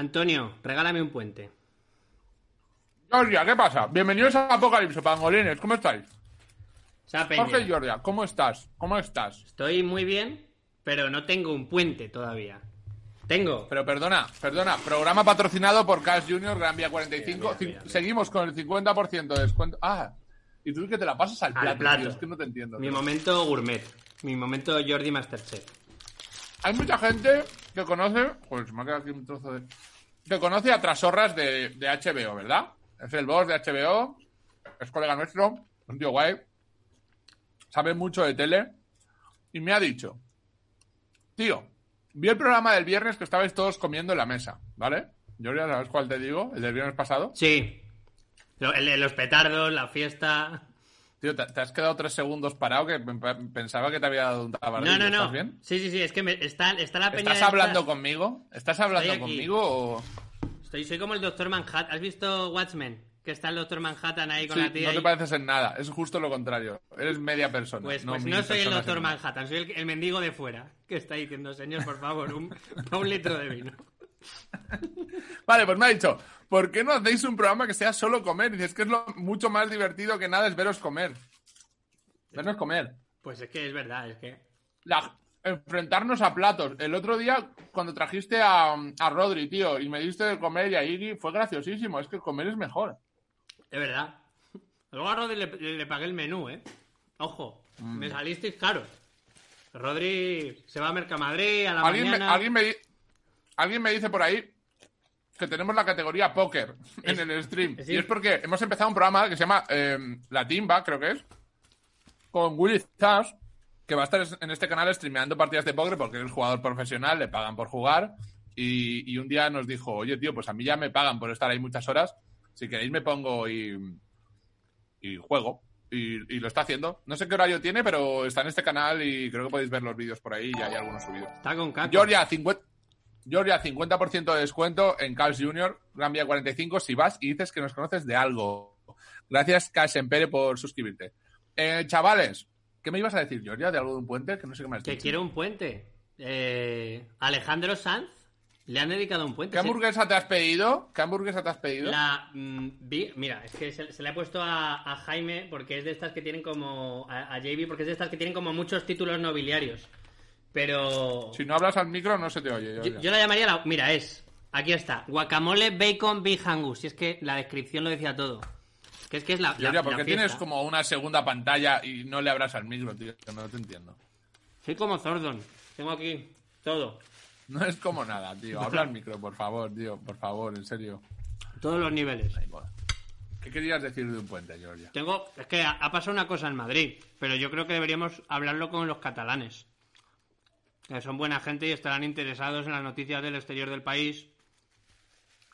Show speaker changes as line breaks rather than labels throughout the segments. Antonio, regálame un puente.
Georgia, ¿qué pasa? Bienvenidos a Apocalipsis, pangolines. ¿Cómo estáis?
Sa Peña,
Jorge y Georgia, ¿cómo estás? ¿Cómo estás?
Estoy muy bien, pero no tengo un puente todavía. Tengo.
Pero perdona, perdona. Programa patrocinado por Cash Junior Gran Vía 45.
Mira, mira,
Cin-
mira, mira.
Seguimos con el 50% de descuento. Ah, y tú que te la pasas al plato.
Al plato.
tío, es que no te entiendo.
Mi momento gourmet. Mi momento Jordi Masterchef.
Hay mucha gente que conoce. Joder, se me ha quedado aquí un trozo de. Que conoce a Trasorras de, de HBO, ¿verdad? Es el boss de HBO. Es colega nuestro. Un tío guay. Sabe mucho de tele. Y me ha dicho: Tío, vi el programa del viernes que estabais todos comiendo en la mesa, ¿vale? Yo ya sabes cuál te digo, el del viernes pasado.
Sí. Lo- el de los petardos, la fiesta.
Tío, te, te has quededado tres segundos parado que pe- pe- pensaba que te había dado un tabardillo.
No, no, no.
¿Estás bien?
Sí, sí, sí. Es que me- está, está la peña.
¿Estás
esta-
hablando conmigo? ¿Estás hablando
aquí.
conmigo o.?
Estoy, soy como el Doctor Manhattan. ¿Has visto Watchmen? Que está el Doctor Manhattan ahí con
Sí,
la tía.
no te
y-
pareces en nada, es justo lo contrario. Eres media persona.
Pues
no,
pues
mil
no soy el
personas
Doctor
en nada.
Manhattan, soy el, el mendigo de fuera. Que está diciendo, señor, por favor, un, un litro de vino.
Vale, pues me ha dicho, ¿por qué no hacéis un programa que sea solo comer? Dices que es lo mucho más divertido que nada es veros comer. Vernos comer.
Pues es que es verdad, es que.
La- enfrentarnos a platos. El otro día, cuando trajiste a, a Rodri, tío, y me diste de comer y a Iggy, fue graciosísimo. Es que comer es mejor.
Es verdad. Luego a Rodri le, le- le pagué el menú, ¿eh? Ojo, me salisteis caro. Rodri se va a Mercamadrid a la
¿Alguien me,
mañana.
alguien, me, di- alguien me dice por ahí que tenemos la categoría póker en
Es-
el stream.
es
y
ir-
es porque hemos empezado un programa que se llama eh, La Timba, creo que es, con Willy Zas, que va a estar en este canal streameando partidas de póker porque es jugador profesional, le pagan por jugar. Y, y un día nos dijo, oye, tío, pues a mí ya me pagan por estar ahí muchas horas. Si queréis me pongo y, y juego. Y, y lo está haciendo. No sé qué horario tiene, pero está en este canal y creo que podéis ver los vídeos por ahí y hay algunos subidos.
Está con Caco.
Georgia, 50%, Georgia, 50 de descuento en Cash Junior, Gran Vía 45, si vas y dices que nos conoces de algo. Gracias, Cash Empere, por suscribirte. Eh, chavales, ¿qué me ibas a decir, Georgia, de algo de un puente? Que no sé qué me has
Que
dicho.
quiero un puente. Eh, Alejandro Sanz le han dedicado un puente.
¿Qué hamburguesa te has pedido? ¿Qué hamburguesa te has pedido?
La, mm, vi- mira, es que se, se le ha puesto a, a Jaime porque es de estas que tienen como. A, a JB porque es de estas que tienen como muchos títulos nobiliarios. Pero.
Si no hablas al micro, no se te oye,
yo,
Georgia.
yo la llamaría la. Mira, es. Aquí está. Guacamole, bacon, big hangus. Si es que la descripción lo decía todo. Que es que es la. la-
Georgia, ¿por
la
qué tienes
fiesta.
como una segunda pantalla y no le hablas al micro, tío? Que No te entiendo.
Soy como Zordon. Tengo aquí todo.
No es como nada, tío. Habla al micro, por favor, tío. Por favor, en serio.
Todos los niveles.
¿Qué querías decir de un puente, Georgia?
Tengo. Es que ha, ha pasado una cosa en Madrid. Pero yo creo que deberíamos hablarlo con los catalanes. Que son buena gente y estarán interesados en las noticias del exterior del país.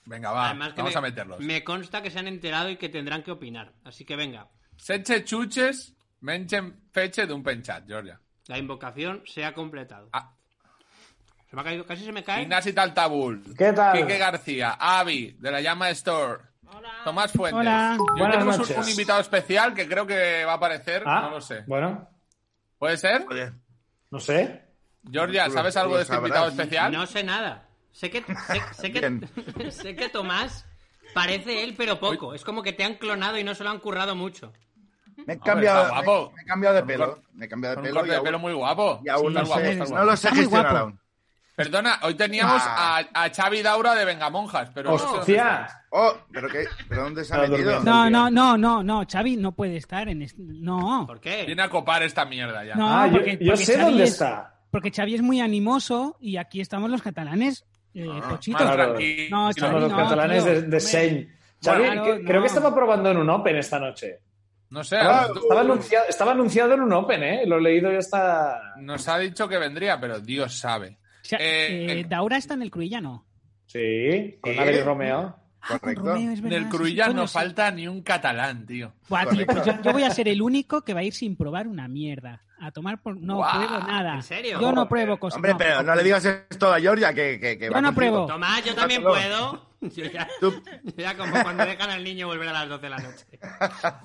Venga, va.
Además que
Ah, vamos
me,
a meterlos.
Me consta que se han enterado y que tendrán que opinar. Así que venga,
Seche chuches, menchen feche de un penchat, Georgia.
la invocación se ha completado.
Ah.
Se me ha caído, casi se me cae.
Ignasi Taltabul.
¿Qué tal?
Quique García. Avi, de la Llama Store. Tomás Fuentes.
Hola.
Y hoy
Buenas
tenemos un-
noches.
un invitado especial que creo que va a aparecer.
Ah,
No lo sé.
Bueno,
¿Puede ser?
Joder,
no sé.
Georgia,
Tú-
¿sabes
tú
algo
lo
de este
sabrás.
invitado especial?
No sé nada. Sé que, sé, sé
Bien.
que, sé que Tomás parece él, pero poco. Es como que te han clonado y no se lo han currado mucho.
me he cambiado,
está
me-
guapo.
Me, he cambiado de
Con un
pelo.
cor-
Me he cambiado
Con
de
un
pelo.
corte
Y
de
aún,
pelo muy guapo.
y aún
Está
no,
guapo,
sé,
está
no
guapo.
lo sé
Está muy
gestionar
guapo.
aún.
Perdona, hoy teníamos a,
Ah.
a Xavi Daura de Vengamonjas, pero no,
¡Hostia!
Oh, pero qué, ¿pero dónde se ha
Está
metido?
durmiendo.
No, no, no, no, no, Xavi no puede estar en est- no.
¿Por qué?
viene a copar esta mierda ya.
No,
ah, yo,
porque-
yo
porque
sé
Xavi
dónde
es-
está.
Porque Xavi es muy animoso y aquí estamos los catalanes eh, pochitos.
Más
Claro.
tranquilo.
No,
Y
Somos
Xavi,
los
no,
catalanes
tío.
de, de Sein. Xavi,
Claro,
que-
no.
creo que estaba probando en un Open esta noche.
No sé,
Estaba,
tú-
estaba anunciado, estaba anunciado en un Open, ¿eh? Lo he leído yo hasta...
nos ha dicho que vendría, pero Dios sabe.
O sea,
Eh,
eh, Daura está en el Cruillano.
Sí, con
¿Eh?
Alex Romeo.
Ah, con
Correcto.
Romeo, es
En
verdad,
el
sí,
Cruilla
sí,
no
coño, sí.
falta ni un catalán, tío.
Buah, tío, pues yo,
Correcto.
yo voy a ser el único que va a ir sin probar una mierda. A tomar por... No
Guau,
pruebo nada.
¿en serio?
Yo pues no pruebo cosas.
Hombre, pero no le digas esto a Georgia que, que, que
Yo
va
no
contigo.
pruebo.
Tomás, yo también puedo. Yo ya,
Tú-
yo ya como cuando dejan al niño volver a las 12 de la noche.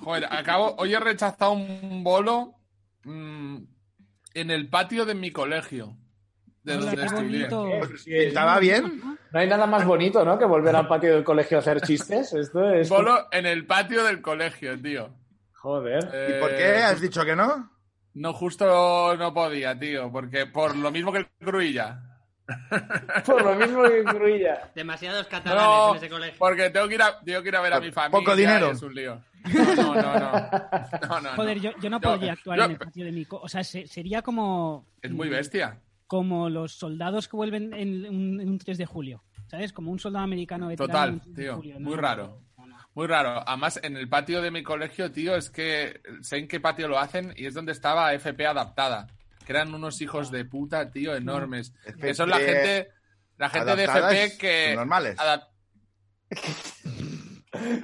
Joder, acabo. Hoy he rechazado un bolo mm, en el patio de mi colegio. de
Hola,
donde
qué
estudié.
bonito.
¿Estaba bien?
No hay nada más bonito, ¿no? Que volver al patio del colegio a hacer chistes. Esto es.
Solo en el patio del colegio, tío.
Joder.
¿Y
Eh,
por qué has dicho que no?
No, justo no podía, tío, porque por lo mismo que el Cruilla.
Por lo mismo que Cruilla.
Demasiados
Ah,
catalanes
No,
en ese colegio.
porque tengo que, ir a, tengo que ir a ver a mi familia.
Poco dinero.
y Es un lío. No, no, no. no. No, no, no.
Joder, yo, yo no
Yo-
podría actuar
yo-
en el patio de mi... co- O sea, se- sería como...
Es muy bestia.
Como los soldados que vuelven en un, en un 3 de julio, ¿sabes? Como un soldado americano veterano
Total,
en un 3 de
tío,
julio,
muy raro. Muy raro. Además, en el patio de mi colegio, tío, es que sé en qué patio lo hacen y es donde estaba FP adaptada. Que eran unos hijos de puta, tío, enormes.
FP
Que son la gente, la gente de
adaptadas,
FP que.
normales.
adap-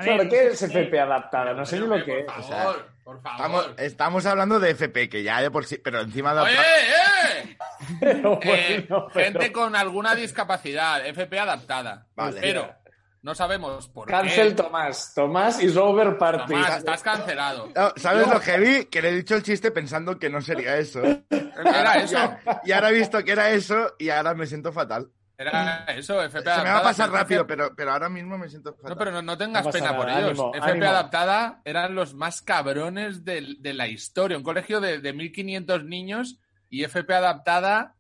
Claro, ¿qué es FP adaptada? No sé ni lo que es.
Por
o sea,
favor, por
Estamos,
favor.
estamos hablando de FP, que ya de por sí, pero encima de
¡Oye, eh!
Pero
Eh,
bueno, pero-
Gente con alguna discapacidad, FP adaptada.
Vale.
Pero no sabemos por
Cancel
qué.
Tomás. Tomás is over party.
Tomás, estás cancelado.
No, ¿Sabes lo que vi? Que le he dicho el chiste pensando que no sería eso. Ah,
Era eso.
Y ahora he visto que era eso y ahora me siento fatal.
Era eso, FP
Se me va a
adaptada,
pasar
pero
rápido,
FP
pero, pero ahora mismo me siento fatal.
No, pero no, no tengas
No pasa
pena
nada,
por ellos.
ánimo,
FP
ánimo.
adaptada eran los más cabrones del- de, la historia. Un colegio de, de 1500 niños y FP adaptada.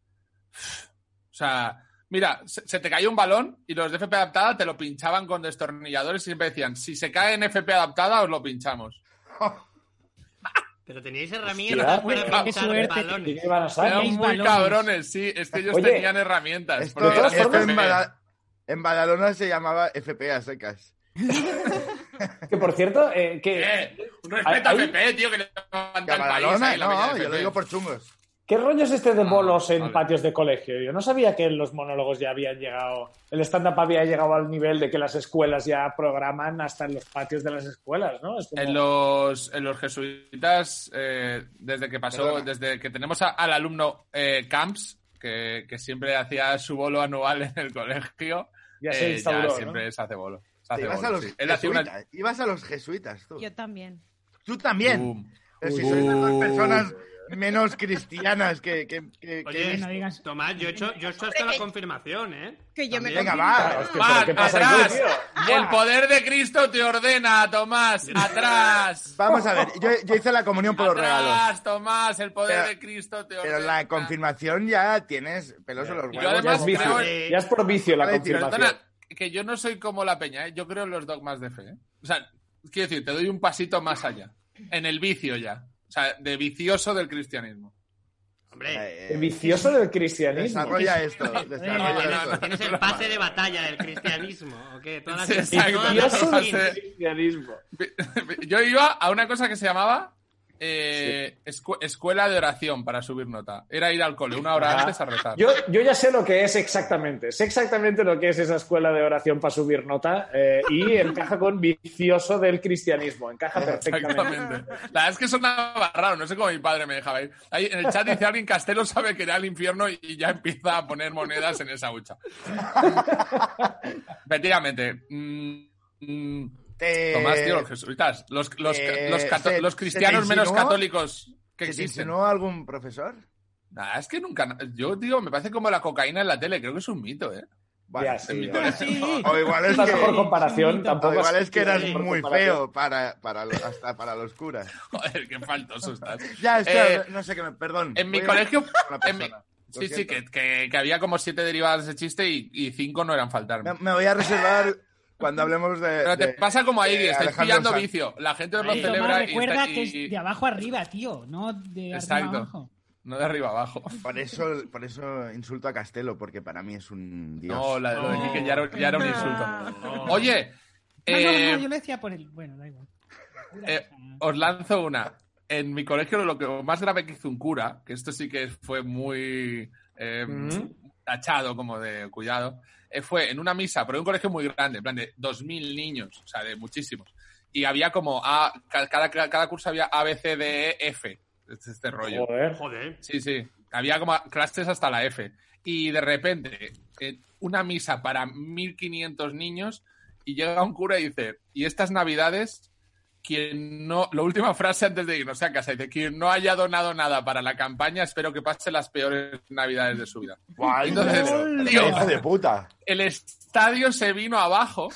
O sea, mira, se, se te cayó un balón y los de FP adaptada te lo pinchaban con destornilladores y siempre decían: si se cae en FP adaptada, os lo pinchamos.
Pero teníais herramientas
Hostia,
para
qué
pinchar
suerte.
¿Y
balones.
qué van a sacar?
Eran
Tenéis
muy
balones.
cabrones, sí. Es que ellos
Oye,
tenían herramientas.
Esto,
porque
de todas
eran
esto
formas-
en,
FP.
Bada- en Badalona se llamaba FP a secas.
Que por cierto, eh, que,
Eh, un respeto a
Ahí-
FP, tío, que le
Que
levanta
a
el país.
Badalona,
ahí, la peña
no,
de
yo lo
FP.
digo por chungos.
¿qué rollo es este de
Ah,
bolos en
vale.
patios de colegio? Yo no sabía que los monólogos ya habían llegado, el stand-up había llegado al nivel de que las escuelas ya programan hasta en los patios de las escuelas, ¿no? Es como-
En los, en los jesuitas, eh, desde que pasó,
Perdona.
desde que tenemos a- al alumno eh, Camps, que, que siempre hacía su bolo anual en el colegio,
ya se
eh,
instauró.
ya
¿no?
siempre se hace bolo. Se
Te
hace
ibas,
bolo,
a los
sí. Él hacía una-
jesuitas, ibas a los jesuitas, tú.
Yo también.
Tú también.
Boom.
Pero si
Uy.
sois las dos
Uy.
personas menos cristianas que... que, que- que-
Oye,
no digas-
Tomás, yo he hecho, yo he hecho hasta la confirmación, ¿eh?
Que yo me
También.
Venga,
confirmo.
va.
Hostia,
Va,
¿pero qué pasa aquí,
atrás.
tío?
El poder de Cristo te ordena, Tomás. Atrás.
Vamos a ver, yo, yo hice la comunión por los regalos.
Atrás, Tomás. El poder
Pero-
de Cristo te ordena.
Pero la confirmación ya tienes pelos en los
Yo
huevos.
Ya es
además
vicio,
creo-
eh,
ya es por vicio la
Vale, tío,
confirmación.
Perdona, que yo no soy como la peña, ¿eh? yo creo en los dogmas de fe. ¿eh? O sea, quiero decir, te doy un pasito más allá. En el vicio ya. O sea, de vicioso del cristianismo.
Hombre,
Eh,
El vicioso del cristianismo.
Desarrolla esto,
no,
desarrolla
tienes,
esto.
tienes el pase de batalla del cristianismo, ¿o qué? Todas las,
Sí, exacto.
todas las
Vicioso del
Sí.
skins.
cristianismo.
Yo iba a una cosa que se llamaba eh, escu- escuela de oración para subir nota. Era ir al cole una hora
Ah.
antes a rezar.
Yo, yo ya sé lo que es exactamente. Sé exactamente lo que es esa escuela de oración para subir nota eh, y encaja con vicioso del cristianismo. Encaja perfectamente.
Exactamente. La verdad es que sonaba raro, no sé cómo mi padre me dejaba ir. Ahí en el chat dice alguien Castelo sabe que irá al infierno y ya empieza a poner monedas en esa hucha. Efectivamente. mm, mm,
Te-
Tomás, tío, los jesuitas, los, los,
eh,
los cato-
se-
los
se te
cristianos menos
insinuó-
católicos que
¿Te
existen.
insinuó algún profesor?
Nah, es que nunca. Yo, tío, me parece como la cocaína en la tele, creo que es un mito, ¿eh?
Bueno,
Ya, sí,
o-
Sí.
O igual es
Es la mejor
que,
comparación. Tampoco
o igual
es-
es que eras
es la mejor
muy
comparación.
feo para, para lo- hasta para los curas.
Joder, qué faltoso estás.
Ya, espera,
Eh,
no sé qué me... Perdón.
En mi
Voy a-
colegio.
con la
en mi-
persona. Lo
Em, Sí, sí,
siento.
que, que- que había como siete derivadas de ese chiste y, y cinco no eran faltarme.
Me, me voy a reservar cuando hablemos de...
Pero te
de-
pasa como ahí,
de
estáis
Alejandro
pillando
Sanz.
vicio. La gente os lo
Ahí.
Tomás,
celebra y,
recuerda
está-
que
y-
es de abajo arriba, tío, no de
Exacto.
arriba abajo.
No de arriba abajo.
Por eso, por eso insulto a Castelo, porque para mí es un dios.
No, la, lo de Quique ya era, ya era un insulto.
No.
Oye,
No,
eh,
no, no, yo lo decía por el... Bueno, da igual.
eh, os lanzo una. En mi colegio lo que más grave que hizo un cura, que esto sí que fue muy eh, tachado como de cuidado, eh, fue en una misa, pero en un colegio muy grande, en plan de 2.000 niños, o sea, de muchísimos. Y había como A, ca- cada, cada, curso había A, B, C, D, E, F. Este, este rollo.
Joder.
Joder.
Sí, sí. Había como clases hasta la F. Y de repente, eh, una misa para 1.500 niños y llega un cura y dice, y estas navidades quien no, la última frase antes de irnos a casa, dice, quien no haya donado nada para la campaña, espero que pase las peores navidades de su vida.
Guay,
Entonces,
pero-
tío.
hija de puta.
El estadio se vino abajo,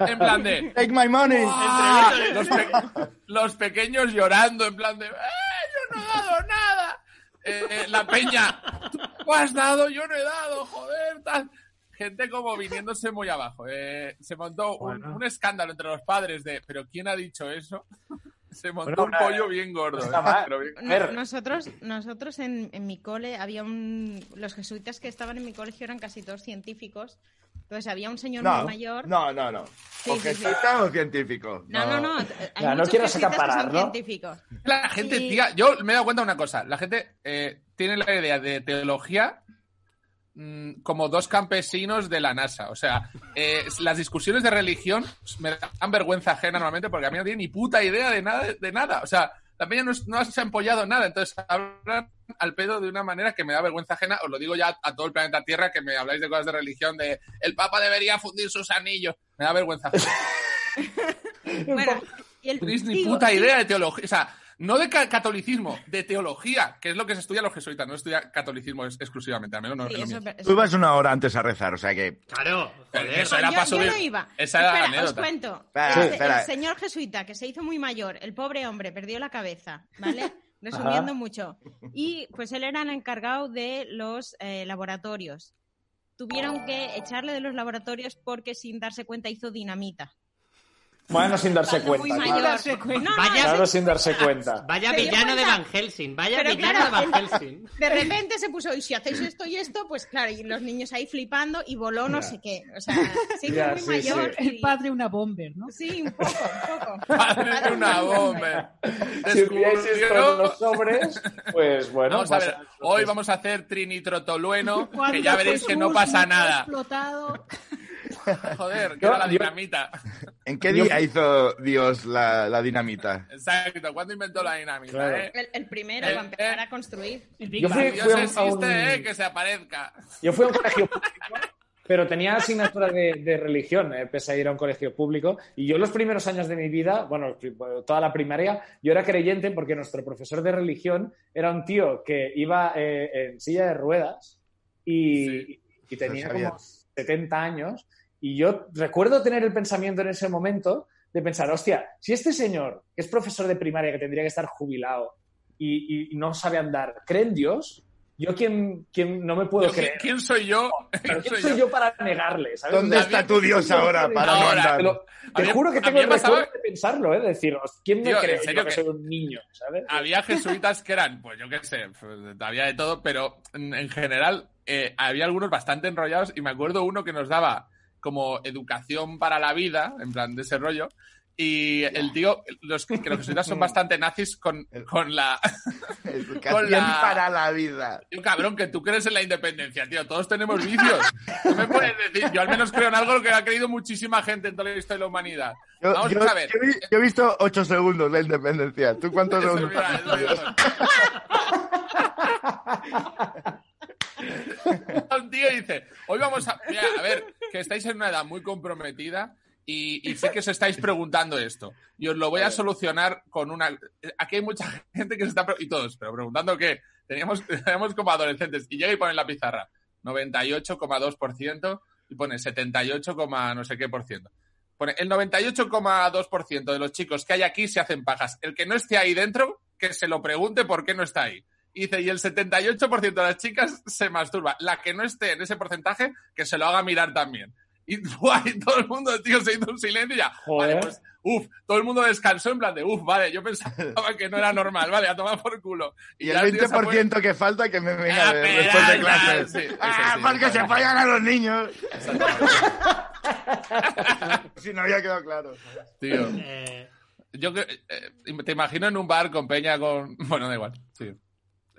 en plan de,
Take my money.
¡ah! los, pe- los pequeños llorando, en plan de, ¡eh, yo no he dado nada! Eh, eh, la peña, tú has dado, yo no he dado, joder, tal. Gente como viniéndose muy abajo. Eh, se montó un,
Bueno.
un escándalo entre los padres de, ¿pero quién ha dicho eso? Se montó
Bueno,
un
una-
pollo bien gordo.
no está
eh,
mal.
pero bien-
No-
Fer.
nosotros nosotros en, en mi cole había un... Los jesuitas que estaban en mi colegio eran casi todos científicos. Entonces había un señor muy
No,
mayor...
no, no, no.
Sí,
O
sí, sí.
jesuita
o científico.
No, no, no. Hay
Ya, no
muchos
quiero
jesuitas que
acaparar,
son
¿no?
científicos.
La gente,
Y-
tía, yo me he dado cuenta de una cosa. La gente eh, tiene la idea de teología mm, como dos campesinos de la NASA. O sea, eh, las discusiones de religión me dan vergüenza ajena normalmente porque a mí no tiene ni puta idea de nada. De nada. O sea, la peña no, es- no se ha empollado en nada. Entonces hablan al pedo de una manera que me da vergüenza ajena. Os lo digo ya a, a todo el planeta Tierra que me habláis de cosas de religión, de el Papa debería fundir sus anillos. Me da vergüenza ajena.
Bueno, y el,
No tenéis ni
digo,
puta idea de teología. O sea, no de ca- catolicismo, de teología, que es lo que se estudia a los jesuitas, no estudia catolicismo ex- exclusivamente, al menos no
sí,
es lo
eso-
mío.
eso-
Tú ibas una hora antes a rezar, o sea que.
Claro, joder.
Eso era
yo,
para
yo
subir.
no iba.
Esa era la
Espera, os
anécdota.
cuento.
Espera,
Este-
espera.
El señor jesuita que se hizo muy mayor, el pobre hombre, perdió la cabeza, ¿vale? Resumiendo mucho. Y pues él era el encargado de los eh, laboratorios. Tuvieron que echarle de los laboratorios porque sin darse cuenta hizo dinamita.
Bueno, sin darse
Siendo muy
cuenta.
mayor.
Claro,
No, no,
Vaya-
se-
Claro, sin darse cuenta.
Vaya
¿Te dio
villano de
cuenta?
Van Helsing, vaya
Pero
villano
claro,
de Van Helsing.
De repente se puso, y si hacéis esto y esto, pues claro, y los niños ahí flipando y voló no
Ya.
sé qué. O sea, se hizo
Ya,
muy
sí,
mayor.
sí.
El
y-
padre una bomber, ¿no?
Sí, un poco, un poco.
Padre de una bomba.
Si hubierais
Descubrió-
estado en los sobres, pues bueno.
Vamos a
pues-
ver, hoy vamos a hacer trinitrotolueno, que
Cuando
ya veréis que no
Jesús
pasa
nunca ha
nada.
Explotado.
Joder, que
Yo-
era la
yo-
dinamita.
¿En qué día hizo Dios la, la dinamita?
Exacto, ¿cuándo inventó la dinamita?
Claro.
eh?
El, el primero
Eh,
va a empezar
eh.
a construir.
El Big
Yo fui-
Bang.
Dios
fui a un-
existe,
a un-
eh, que se aparezca.
Yo fui a un colegio público, pero tenía asignatura de, de religión, eh, pese a ir a un colegio público. Y yo los primeros años de mi vida, bueno, toda la primaria, yo era creyente porque nuestro profesor de religión era un tío que iba eh, en silla de ruedas y,
Sí,
y tenía
lo sabía.
como 70 años. Y yo recuerdo tener el pensamiento en ese momento de pensar, hostia, si este señor, que es profesor de primaria, que tendría que estar jubilado y, y no sabe andar, cree en Dios, yo quien, quien no me puedo
Yo,
creer.
¿Quién soy yo?
Pero ¿quién
soy
soy
yo?
yo para negarle? ¿sabes?
¿Dónde
O sea,
está tu Dios ahora para no
Ahora,
Te,
andar?
lo- te
A mí-
juro que
a
tengo
mí
el
me pasaba-
recuerdo de pensarlo, ¿eh? De decir, "Os- ¿quién me
Tío, en
cree
serio
yo que
que- Ah,
soy un niño? ¿sabes?
había jesuitas que eran, pues yo qué sé, había de todo, pero en en general eh, había algunos bastante enrollados y me acuerdo uno que nos daba como educación para la vida, en plan de ese rollo. Y el tío, los que que los jesuitas son bastante nazis con, con la.
Educación
la-
para la vida.
Tío, cabrón, que tú crees en la independencia, tío. Todos tenemos vicios. No me puedes decir. Yo al menos creo en algo que ha creído muchísima gente en toda la historia de la humanidad.
Yo,
Vamos
yo-
a ver.
yo he vi- yo he visto ocho segundos de independencia. ¿Tú cuántos
Eso,
segundos?
mira, eso, mira. Un tío dice, hoy vamos a... mira, a ver, que estáis en una edad muy comprometida y, y sé que os estáis preguntando esto. Y os lo voy a solucionar con una... Aquí hay mucha gente que se está... pre- Y todos, pero preguntando qué. Teníamos, teníamos como adolescentes. Y llega y pone en la pizarra 98,2% y pone 78, coma no sé qué por ciento. Pone, el 98,2% de los chicos que hay aquí se hacen pajas. El que no esté ahí dentro, que se lo pregunte por qué no está ahí. Y dice, y el 78% de las chicas se masturba. La que no esté en ese porcentaje, que se lo haga mirar también. Y guay, todo el mundo, tío, se hizo un silencio y ya.
Joder.
Vale, pues, uf, todo el mundo descansó en plan de, uf, vale, yo pensaba que no era normal, vale, a tomar por culo.
Y el
ya tío se fue-
20% que falta que me venga
Ah,
de- después de
Peralta,
clases.
sí, eso
ah,
sí,
porque se
claro.
fallan a los niños. si no había quedado claro.
Tío,
Eh,
eh, yo que- eh, te imagino en un bar con Peña con... Bueno, da igual, sí.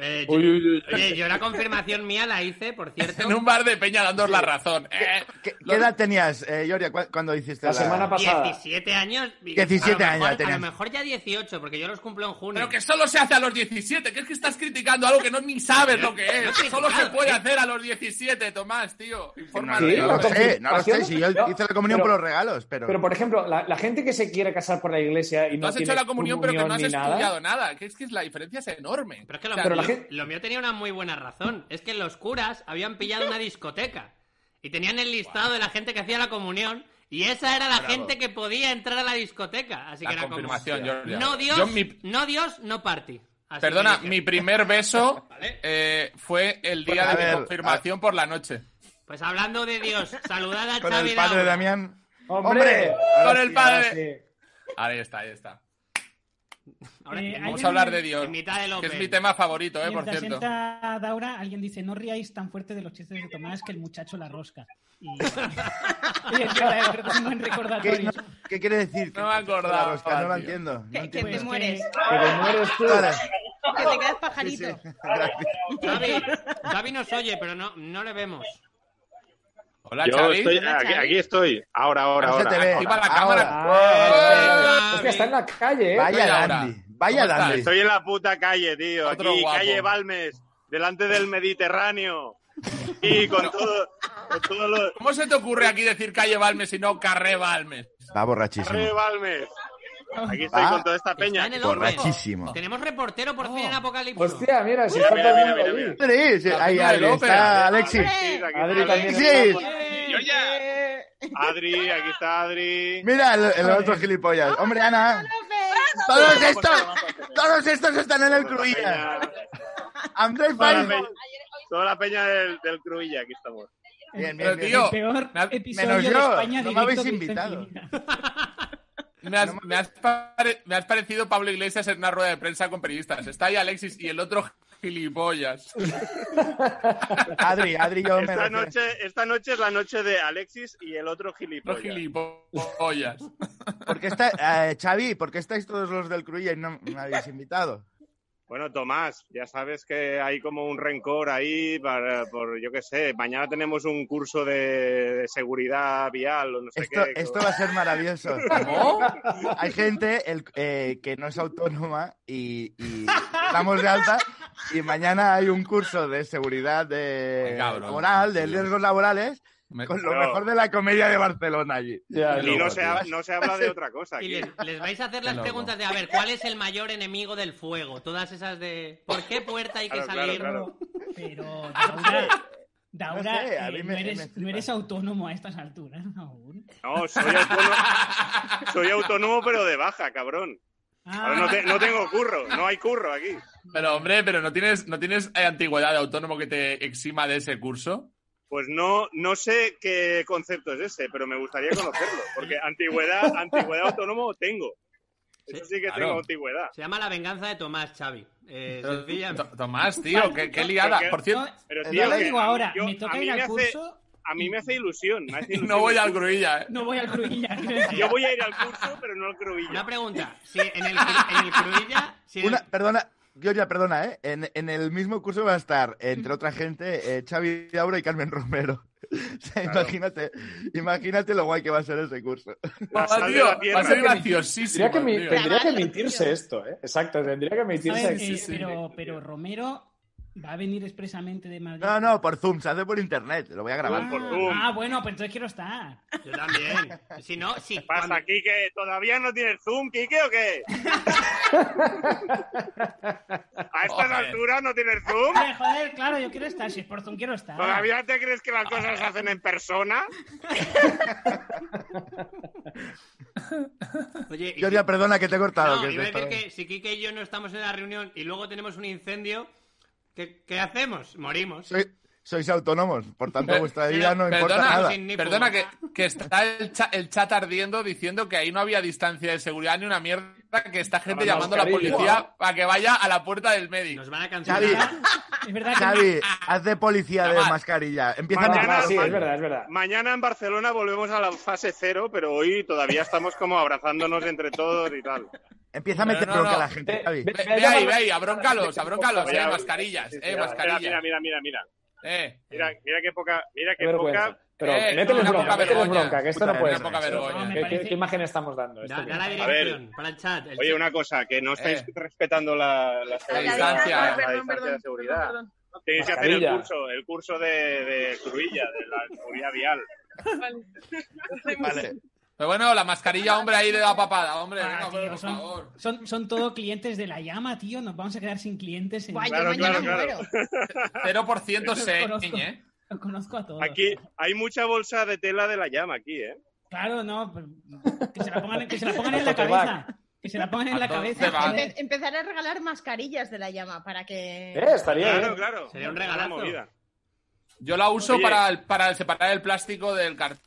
Eh, yo-
Uy, uy, uy.
Oye, yo la confirmación mía la hice, por cierto.
En un bar de Peña dando la razón. Eh,
¿Qué,
lo-
qué edad tenías, eh, Yoria, cua- cuando hiciste
La semana pasada.
17 años. y-
17
a lo mejor-
años ya
A
tenías.
lo mejor ya 18, porque yo los cumplo en junio.
Pero que solo se hace a los 17, que es que estás criticando algo que no ni sabes lo que es. Solo se puede hacer a los 17, Tomás, tío. Infórmate.
Sí,
no lo sé, no lo sé. Si yo
No,
hice la comunión
pero-
por los regalos, pero.
Pero, por ejemplo, la, la gente que se quiere casar por la iglesia y
Tú
no
has
tiene
hecho la comunión, pero que no has
ni nada,
estudiado nada. Que es que la diferencia es enorme.
Pero es que lo,
O sea,
pero
mío,
la gente-
lo mío tenía una muy buena razón. Es que los curas habían pillado una discoteca y tenían el listado de la gente que hacía la comunión y esa era la gente que podía entrar a la discoteca. Así que
la
era
confirmación,
como...
Georgia.
No
Yo
Dios,
mi-
no Dios, no party. Así
Perdona,
que dije,
mi primer beso
Vale.
eh, fue el día
Pues, a
de mi
ver,
confirmación por la noche.
Pues hablando de Dios, saludad a
Con
Xavi
el padre de
Daura.
Damián.
¡Hombre!
Ahora
Con
sí,
el
ahora
padre.
Sí.
Ahí está, ahí está.
Ahora,
Eh,
en-
hay
Vamos
que-
a hablar de Dios.
en mitad del
Que es
Open.
mi tema favorito, eh, por
Mientras
cierto.
entra Daura, alguien dice, no ríais tan fuerte de los chistes de Tomás que el muchacho la rosca. Y, y él llora, es verdad, no en
¿Qué,
recordatorio.
no- qué quiere decir?
No me acordaba,
Oscar, no lo
tío.
entiendo. no
Que, que
entiendo.
te
Pues
mueres.
Pero mueres tú.
Vale,
Que te quedas
sí, sí,
pajarito.
gracias.
Xavi, Xavi nos oye, pero no, no le vemos.
Hola,
Yo
Xavi.
estoy aquí, aquí estoy. Ahora, ahora,
No se
ahora.
te ve.
Activa la cámara.
Ahora.
Ah,
Xavi.
es que está en la calle, ¿eh?
Vaya
Estoy ahora.
Dandy. Vaya
¿Cómo estás?
Dandy.
Estoy en la puta calle, tío.
Otro
Aquí,
guapo.
calle Balmes, delante del Mediterráneo. Y con todo, con todo lo...
¿Cómo se te ocurre aquí decir calle Balmes y no carré Balmes?
Va borrachísimo.
Calle Balmes. Aquí estoy
Ah,
con toda esta
Está
peña.
en el Open.
Borrachísimo. Oh.
Tenemos reportero por fin en Apocalipsis.
Hostia, mira, si
Mira,
está
mira,
todo
mira,
el mundo
mira,
allí.
Sí, sí, ahí,
Capitán
ahí
del ópera.
está Ah, Alexis.
¡Hombre!
aquí
Adri
está
también.
Alexis.
Eh, Adri, aquí está Adri.
Mira el, el otro gilipollas. Hombre, Ana. Todos estos, todos estos están en el
Toda la
Cruilla.
peña-
André
toda la
Faiz.
peña- Toda la peña del, del Cruilla, aquí estamos.
Bien,
Pero,
bien,
tío,
bien.
El peor
me ha-
episodio
menos
de
yo,
España
no me
directo
habéis
que hizo
invitado.
en mi vida.
Me has, me has pare- me has parecido Pablo Iglesias en una rueda de prensa con periodistas. Está ahí Alexis y el otro gilipollas.
Adri, Adri, yo me
Esta
refiero-
noche, esta noche es la noche de Alexis y el otro
Otro
gilipollas.
gilipollas.
¿Por qué está, eh, Xavi, ¿por qué estáis todos los del Cruilla y no me habéis invitado?
Bueno, Tomás, ya sabes que hay como un rencor ahí para, por, yo qué sé, mañana tenemos un curso de, de seguridad vial o no sé
Esto,
qué.
esto va a ser maravilloso.
¿Cómo?
Hay gente el- eh, que no es autónoma y, y damos de alta y mañana hay un curso de seguridad de
Qué cabrón.
laboral, de riesgos laborales,
Me-
con lo
Pero-
mejor de la comedia de Barcelona allí.
Ya,
Y
ya.
no se, ha- no se habla de otra cosa
Y
aquí.
les, les vais a hacer las
loco.
preguntas de, a ver, ¿cuál es el mayor enemigo del fuego? Todas esas de, ¿por qué puerta hay que
Claro, claro,
salir?
claro.
Pero Daura, Daura,
No sé, a
eh,
mí
no,
me- me
eres,
flipa.
no eres autónomo a estas alturas aún.
No, soy autónomo, soy autónomo pero de baja, cabrón.
Ah,
Ahora no, te- no tengo curro, no hay curro aquí.
Pero hombre, pero no tienes, no tienes eh, antigüedad de autónomo que te exima de ese curso.
Pues no, no sé qué concepto es ese, pero me gustaría conocerlo, porque antigüedad, antigüedad autónomo tengo. Eso sí que
claro.
tengo antigüedad.
Se llama La venganza de Tomás, Xavi. Eh,
Pero,
sencilla.
To- Tomás, tío, qué, qué liada.
Porque-
Por
No,
cierto,
Pero
Eh,
tío,
yo lo
que
digo
a mí-
ahora,
yo-
me
a
toca
mí
ir
me
al
hace-
curso,
A mí me hace ilusión. me hace
no
ilusión.
voy al gruilla, eh.
no voy al cruilla.
Yo voy a ir al curso, pero no al
Una
Cruilla.
pregunta. Si en el, en el Cruilla... si en el-
Una, perdona, Giorgia, perdona, ¿eh? En, en el mismo curso va a estar, entre otra gente, eh, Xavi Laura y Carmen Romero. O sea, imagínate, imagínate lo guay que va a ser ese curso.
La
Guau,
sal de
tío,
la tierra.
va a ser
Tendría
graciosísimo.
que, mi-
tío.
tendría que emitirse esto, ¿eh? Exacto, tendría que emitirse.
¿Sabes?
sí,
Eh,
sí.
pero, pero Romero va a venir expresamente de Madrid.
No, no, por Zoom, se hace por internet, lo voy a grabar.
Ah,
por Zoom.
ah, bueno, pues entonces quiero estar.
Yo también. Si no, si... cuando-
Pasa, Kike, ¿todavía no tienes Zoom, Kike, o qué? A estas
Joder.
alturas no tienes Zoom.
Hombre, joder, claro, yo quiero estar. Si es por Zoom, quiero estar.
¿Todavía te crees que las cosas se hacen en persona?
Oye, y-
Giorgia, perdona que te he cortado.
No,
que
iba a
te
decir
estaba-
que si Kike y yo no estamos en la reunión y luego tenemos un incendio, ¿qué, qué hacemos? Morimos.
Soy- sois autónomos, por tanto
Pero-
vuestra vida no importa
perdona,
nada.
sin-
Perdona, que, que está el, cha- el chat ardiendo diciendo que ahí no había distancia de seguridad ni una mierda, que está gente
No, no,
llamando a la
cariño.
policía para que vaya a la puerta del médico.
Nos van a
Xavi,
cancelar.
Es verdad que
Xavi, haz de policía de mascarilla. Empieza
No,
Mañana-
no,
a
sí, es verdad, es verdad.
Mañana en Barcelona volvemos a la fase cero, pero hoy todavía estamos como abrazándonos entre todos y tal.
Empieza a
Pero
meter
no,
bronca
no.
a la gente,
Ve-
Xavi.
ve-
Ve,
ve-
ve ahí, ve ahí, abróncalos, abróncalos,
Oye,
eh,
oye,
mascarillas,
sí, sí,
eh,
mira,
mascarillas.
Mira, mira, mira, mira.
Eh,
Mira, mira qué poca, mira
Qué
qué poca.
vergüenza. Pero
Eh,
métele
una
bronca,
poca
métele
vergüenza.
bronca, que esto no
Puta
puede
vergüenza.
Una poca
ser.
vergüenza.
¿Qué-
Me
qué-
parece-
¿Qué imagen estamos dando? Esto
Da,
qué-
da la dirección, para el chat. el
Oye,
chat.
una cosa, que no estáis
Eh.
respetando la, la seguridad,
distancia.
la
Perdón,
distancia de seguridad. Tenéis que hacer el
Mascarilla.
curso, el curso de, de Cruilla, de la seguridad vial.
Vale.
Pero bueno, la mascarilla, hombre, ahí de la papada, hombre,
Ah,
venga,
tío,
hombre, por
son,
favor.
Son, son todo clientes de la llama, tío. Nos vamos a quedar sin clientes. En...
Guay,
Claro,
yo mañana
claro, claro.
muero.
0%
Conozco.
se, eh.
Los conozco
Ah.
a todos.
Aquí hay mucha bolsa de tela de la llama aquí, ¿eh?
Claro, no. pero- Que se la pongan, que se la pongan en la
Pato de
cabeza. Que se la pongan en la
Pato de
cabeza.
vaca.
joder.
Empe- empezar a regalar mascarillas de la llama para que.
Eh, estaría
Claro,
bien.
claro.
Sería un
Una
regalazo.
movida.
Yo la uso
Oye.
para, el- para separar el plástico del cartón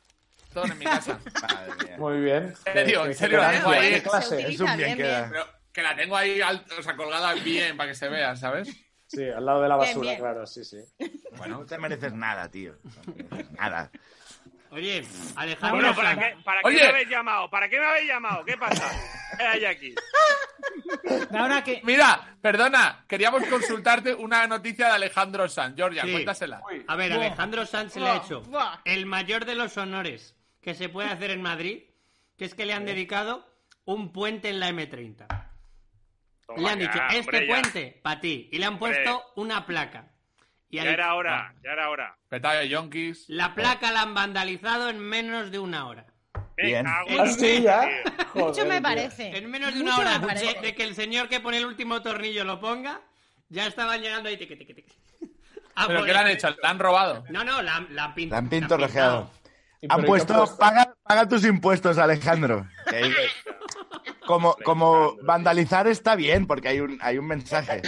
en mi casa.
Madre mía.
Muy bien.
En serio,
Qué-
en
qué
serio, la
elegancia,
dejo ahí.
qué clase.
Es un bien queda.
Pero que la tengo ahí, alt- o sea, colgada bien para que se vea, ¿sabes?
Sí, al lado de la
Bien,
basura,
bien.
claro, sí, sí.
Bueno, no te mereces nada, tío. No te mereces nada.
Oye, Alejandro.
Bueno, ¿para
Sanz.
qué, para qué
Oye.
me habéis llamado? ¿Para qué me habéis llamado? ¿Qué pasa? ¿Qué hay aquí?
Ahora que.
Mira, perdona, queríamos consultarte una noticia de Alejandro Sanz. Georgia,
Sí.
cuéntasela.
A ver, Alejandro Sanz le ha hecho
buah.
el mayor de los honores que se puede hacer en Madrid, que es que le han dedicado un puente en la M30.
Toma
Le han
ya,
dicho, este
hombre, ya.
puente, para ti. Y le han
Hombre.
puesto una placa. Y ha
Ya era
dicho,
hora, ya era hora.
Petado de yonkis.
La placa la han vandalizado en menos de una hora.
Me
Bien.
cago en
Ah,
la
Así ya.
leche, tío.
Joder,
Mucho me
tío.
parece.
En menos de una
Mucho
hora
me
de,
parece.
de que el señor que pone el último tornillo lo ponga, ya estaban llegando ahí. tiqui, tiqui, tiqui. A
¿Pero
por
qué le han
el-
hecho? ¿La han robado?
No, no, la, la han pin-
La
pintado.
han pintorrejeado.
¿Y por
Han
qué
puesto, paga, paga tus impuestos, Alejandro. Que ahí- Como, como vandalizar está bien, porque hay un, hay un mensaje.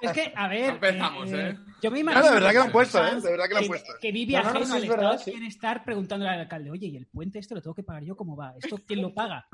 Es que, a ver.
Empezamos, ¿eh?
Yo me imagino.
No, de verdad que lo han puesto, ¿eh? De verdad que lo han
que,
puesto.
que vive
No, no, no,
ajeno
sí,
al
es
Estado
verdad, sí.
quiere estar preguntándole al alcalde, oye, ¿y el puente este lo tengo que pagar yo? ¿Cómo va? ¿Esto quién lo paga?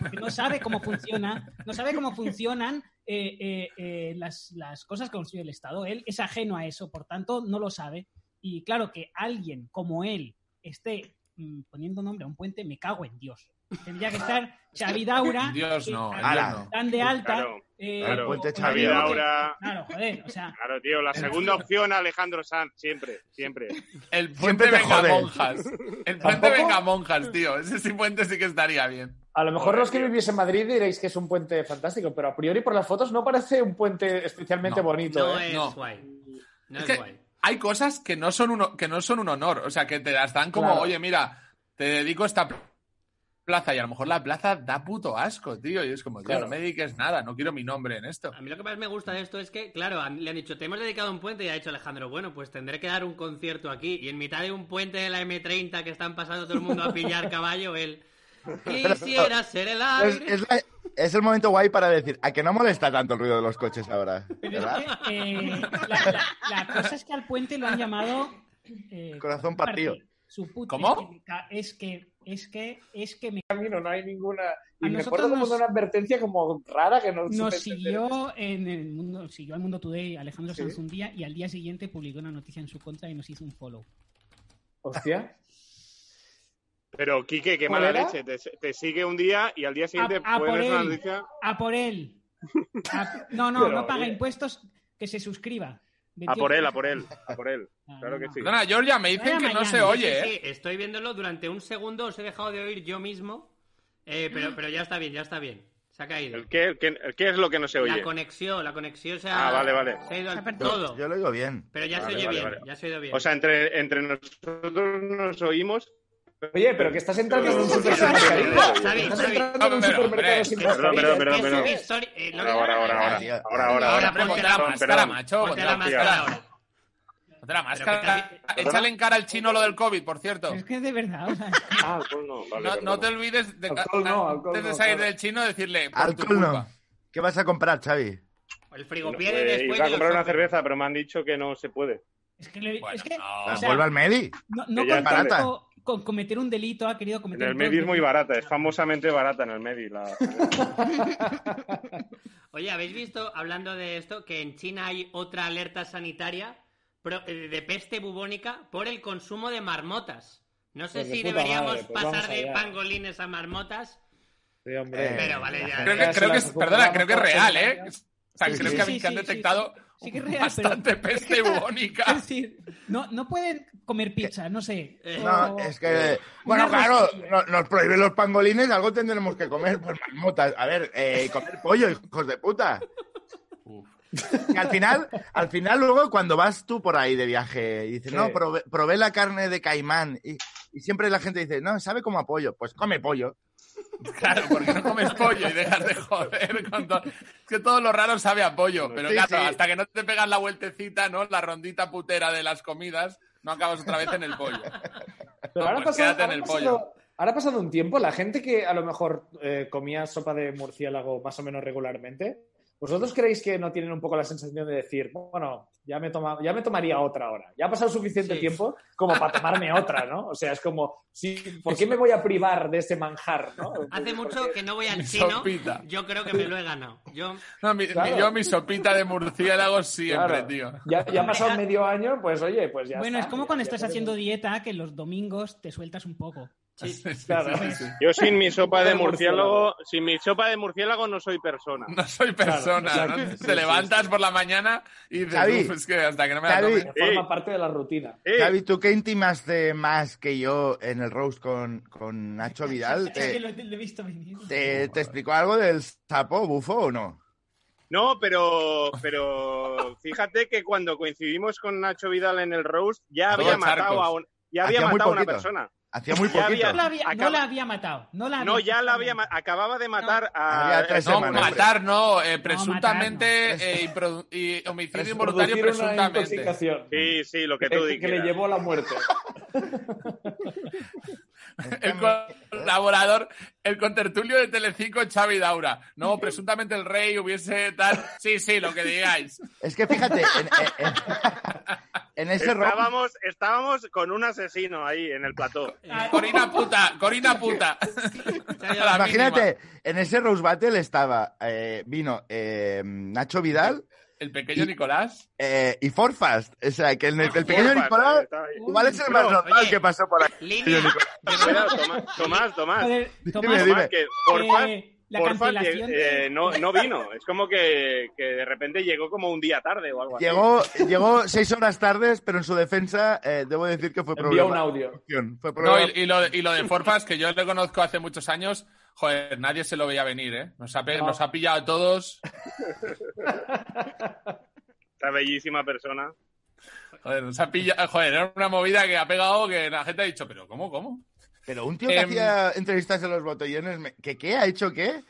Porque no sabe cómo funciona, no sabe cómo funcionan eh, eh, eh, las, las cosas que construye el Estado. Él es ajeno a eso, por tanto, no lo sabe. Y claro, que alguien como él esté mm, poniendo nombre a un puente, me cago en Dios. Tendría que estar Xavi Daura,
Dios
eh,
no,
al-
Ala.
Dios no.
tan de alta.
Claro,
eh,
claro.
o-
Puente
o-
Xavi
Xavi Daura.
Claro, joder, o sea,
Claro, tío, la segunda opción Alejandro Sanz, siempre, siempre.
El
Siempre
puente
te
venga
jode.
monjas. El puente
¿Tampoco?
venga monjas, tío. Ese sí puente sí que estaría bien.
A lo mejor
Joder,
los que
tío.
vivís en Madrid diréis que es un puente fantástico, pero a priori por las fotos no parece un puente especialmente
No.
bonito.
No
¿eh?
es
No.
guay. No
Es
es,
que
guay.
hay cosas que no son un, que no son un honor. O sea, que te las dan como,
Claro.
oye, mira, te dedico esta pl- plaza. Y a lo mejor la plaza da puto asco, tío. Y es como, tío,
Claro.
no me dediques nada, no quiero mi nombre en esto.
A mí lo que más me gusta de esto es que, claro, a mí le han dicho, te hemos dedicado un puente y ha dicho Alejandro, bueno, pues tendré que dar un concierto aquí. Y en mitad de un puente de la M30 que están pasando todo el mundo a pillar caballo, él... Quisiera ser el
Es,
aire.
es la- es el momento guay para decir, a que no molesta tanto el ruido de los coches ahora,
Pero es
¿verdad?
que, eh, la, la- la cosa es que al puente lo han llamado eh,
Corazón partido.
Su puta-
¿Cómo?
es que me ca- Es que, es que, es que me-
camino, no hay ninguna.
A
Y me
nosotros
acuerdo como
nos-
de una advertencia como rara que no
nos
supe entender.
siguió en el mundo, siguió al mundo today Alejandro
Sí.
Sanz un día y al día siguiente publicó una noticia en su contra y nos hizo un follow.
Hostia.
Pero, Quique, qué
¿Cuál
mala
era?
leche. Te, te sigue un día y al día siguiente
A- a por
pones una
él.
noticia.
A por él. A- no, no,
Pero,
no paga
oye.
impuestos, que se suscriba.
A por él, a por él, a por él.
Ah,
Claro que
no.
sí.
Perdona, Georgia, me dicen
Vaya
que no
Miami,
se
sí,
oye,
Sí,
¿eh?
sí, estoy viéndolo durante un segundo, os he dejado de oír yo mismo. Eh, pero, pero ya está bien, ya está bien. Se ha caído.
¿El qué, el qué- el qué es lo que no se oye?
La conexión, la conexión se ha,
Ah, vale, vale.
se ha ido al
Se ha perdido.
todo.
Yo lo digo bien.
Pero ya
Vale,
se oye
vale,
bien,
vale.
ya se ha oído bien.
O sea, entre, entre nosotros nos oímos.
Oye, pero que estás entrando en un
Pero-
supermercado.
Xavi,
Estás
Xavi.
entrando
No,
en un
pero,
supermercado
hombre,
sin
Perdón,
mascarilla.
Perdón, perdón, perdón,
Es
perdón.
su historia- eh, lo que-
Ahora, ahora, ahora, ahora.
tío.
Ahora, ahora,
Ahora,
ahora.
Hombre, ponte la
perdón,
máscara, macho.
Ponte la máscara ahora.
Ponte
Pero
la
que
máscara.
te-
Échale en cara al chino lo del COVID, por cierto.
Es que de verdad, o sea,
Ah, alcohol no, vale,
No, no
perdón.
te olvides de,
Alcohol no, alcohol
antes de
no,
salir
claro.
del chino decirle por tu
Alcohol
culpa.
no. ¿Qué vas a comprar, Xavi?
El
No,
frigopié de
eh,
después
Iba a
de los
comprar una
ojos.
cerveza, pero me han dicho que no se puede.
Es que, le-
Bueno,
es que
no.
o sea,
Vuelve Ah, al Medi.
no, no
que ya es
contento
barata.
con, con cometer un delito, ha querido
En
cometer
el
todo
Medi es muy
delito.
barata, es famosamente barata en el Medi. La...
Oye, ¿habéis visto, hablando de esto, que en China hay otra alerta sanitaria pro- eh, de peste bubónica por el consumo de marmotas? No sé
Pues de
si
puta
deberíamos
madre, pues
pasar
vamos
de
allá.
pangolines a marmotas,
Sí, hombre.
Eh,
pero vale, ya.
Creo que,
Ya se
creo
las
que es, perdona,
recuperamos
creo que es
todas
real,
en
¿eh?
realidad.
O sea,
Sí,
creo
sí,
que,
sí,
que han
sí,
detectado
sí, sí que es real,
bastante peste
Es
bubónica.
decir, no, no pueden comer pizza, no sé.
Eh,
No,
o-
es que. Bueno, claro, no- nos prohíben los pangolines, algo tendremos que comer, pues marmotas. A ver, eh, comer pollo, hijos de puta.
Uf.
Y al final, al final, luego, cuando vas tú por ahí de viaje y dices,
Sí.
no, probé, probé la carne de caimán. Y, y siempre la gente dice, no, sabe como a pollo. Pues come pollo.
Claro, porque no comes pollo y dejas de joder. con todo- Es que todo lo raro sabe a pollo, pero
Sí,
claro,
sí.
hasta que no te pegas la vueltecita, ¿no? La rondita putera de las comidas, no acabas otra vez en el pollo.
Pero
No,
ahora,
pues
pasado,
quédate en
ahora
el
pasado-
pollo.
ahora pasado un tiempo, la gente que a lo mejor eh, comía sopa de murciélago más o menos regularmente, ¿vosotros creéis que no tienen un poco la sensación de decir, bueno, ya me, toma, ya me tomaría otra ahora? Ya ha pasado suficiente
Sí.
tiempo como para tomarme otra, ¿no? O sea, es como, sí, ¿por qué me voy a privar de ese manjar, no?
Hace mucho que no voy al
Mi
chino,
sopita.
yo creo que me lo he ganado. Yo,
No, mi- mi-
Claro.
yo mi sopita de murciélagos siempre,
Claro.
tío.
Ya, ya ha pasado medio año, pues oye, pues ya
bueno,
está,
es como
ya-
cuando
ya
estás
tenemos-
haciendo dieta, que los domingos te sueltas un poco.
sí.
Claro.
Yo sin mi sopa de murciélago, sin mi sopa de murciélago no soy persona.
No soy persona,
Claro,
¿no?
exacto.
Te levantas por la mañana y dices,
Xavi,
"Uf, es que hasta que no me la
Xavi,
tome".
Forma parte de la rutina.
Eh,
Xavi, ¿tú qué intimaste más que yo en el roast con, con Nacho Vidal? Eh,
Es que
¿Te,
lo, lo he visto venir.
te, te explicó algo del sapo bufo o no?
No, pero, pero fíjate que cuando coincidimos con Nacho Vidal en el roast, ya
Todo
había matado
charcos.
a, un- ya había
Hacía muy
matado a una
poquito.
persona.
Hacía muy
Ya
poquito.
No la había,
Acaba-
no la había matado. No, la
No,
había
ya la
matado.
había ma- acababa de matar a
Había tres
No,
Semana, hombre.
matar no, eh,
No,
presuntamente eh, y produ- y homicidio
Es
involuntario
producir una
presuntamente.
intoxicación
Sí, sí, lo que
que,
tú
que le
dijeras.
llevó a la muerte.
El colaborador, el contertulio de Telecinco, Xavi Daura. No, presuntamente el rey hubiese tal... Sí, sí, lo que digáis.
Es que fíjate, en, en- en- en ese roast,
Estábamos, estábamos con un asesino ahí en el plató.
Ah,
Eh,
Corina puta, Corina puta. A la mínima.
imagínate, en ese roast battle estaba, eh, vino eh, Nacho Vidal
El pequeño Nicolás.
eh, y Forfast. O sea, que el, el pequeño
Porfa,
Nicolás
estaba ahí.
igual es el más normal
oye.
que pasó por aquí.
Línea.
Espera, Tomás, Tomás, Tomás,
Joder, Tomás,
Dime, dime.
Tomás, que Porfas-
eh, la
Porfas lleg-
cancelación.
eh, no, no vino. Es como que, que de repente llegó como un día tarde o algo así.
Llegó, llegó seis horas tardes, pero en su defensa eh, debo decir que fue
Envió un
problema.
audio.
Fue
No,
problema.
y, y lo, y lo de Forfas, que yo le conozco hace muchos años, joder, nadie se lo veía venir, ¿eh? Nos ha, pe-
No.
nos ha pillado a todos.
Esta bellísima persona.
Joder, nos ha pillado, joder, era una movida que ha pegado que la gente ha dicho, pero ¿cómo, cómo?
Pero un tío que
Em,
hacía entrevistas en los botellones, me- ¿que qué? ¿Ha hecho qué?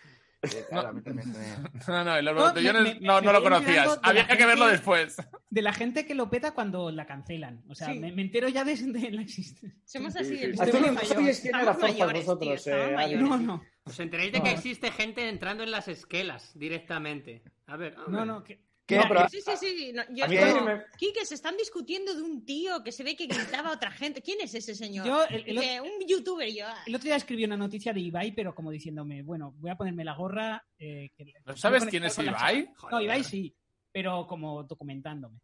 Eh, claro, a mí también me-
No, no, en los
No,
botellones
me- me-
no,
me
no lo
quedé mirando
conocías.
de la
Había que
gente-
verlo después.
De la gente que lo peta cuando la cancelan. O sea,
Sí.
me, me entero ya de, de la existencia.
Somos así de
¿A tú no- no
mayores.
sabíais quién era
Estamos
Forfas
mayores, tío,
vosotros,
estamos
eh, Ari?
mayores.
No, no.
¿Os enteráis de que
No.
existe gente entrando en las esquelas directamente? A ver,
No,
hombre.
no. que-
¿Qué?
No, pero-
Sí, sí, sí. no, yo
A mí
es
ahí
como,
me-
Quique, se están discutiendo de un tío que se ve que gritaba a otra gente. ¿Quién es ese señor?
Yo, el- el-
Dice, un youtuber yo. ah.
El otro día escribí una noticia de Ibai, pero como diciéndome, bueno, voy a ponerme la gorra. eh, que-
¿No sabes quién es
con la
Ibai?
chica. No, Ibai sí, pero como documentándome.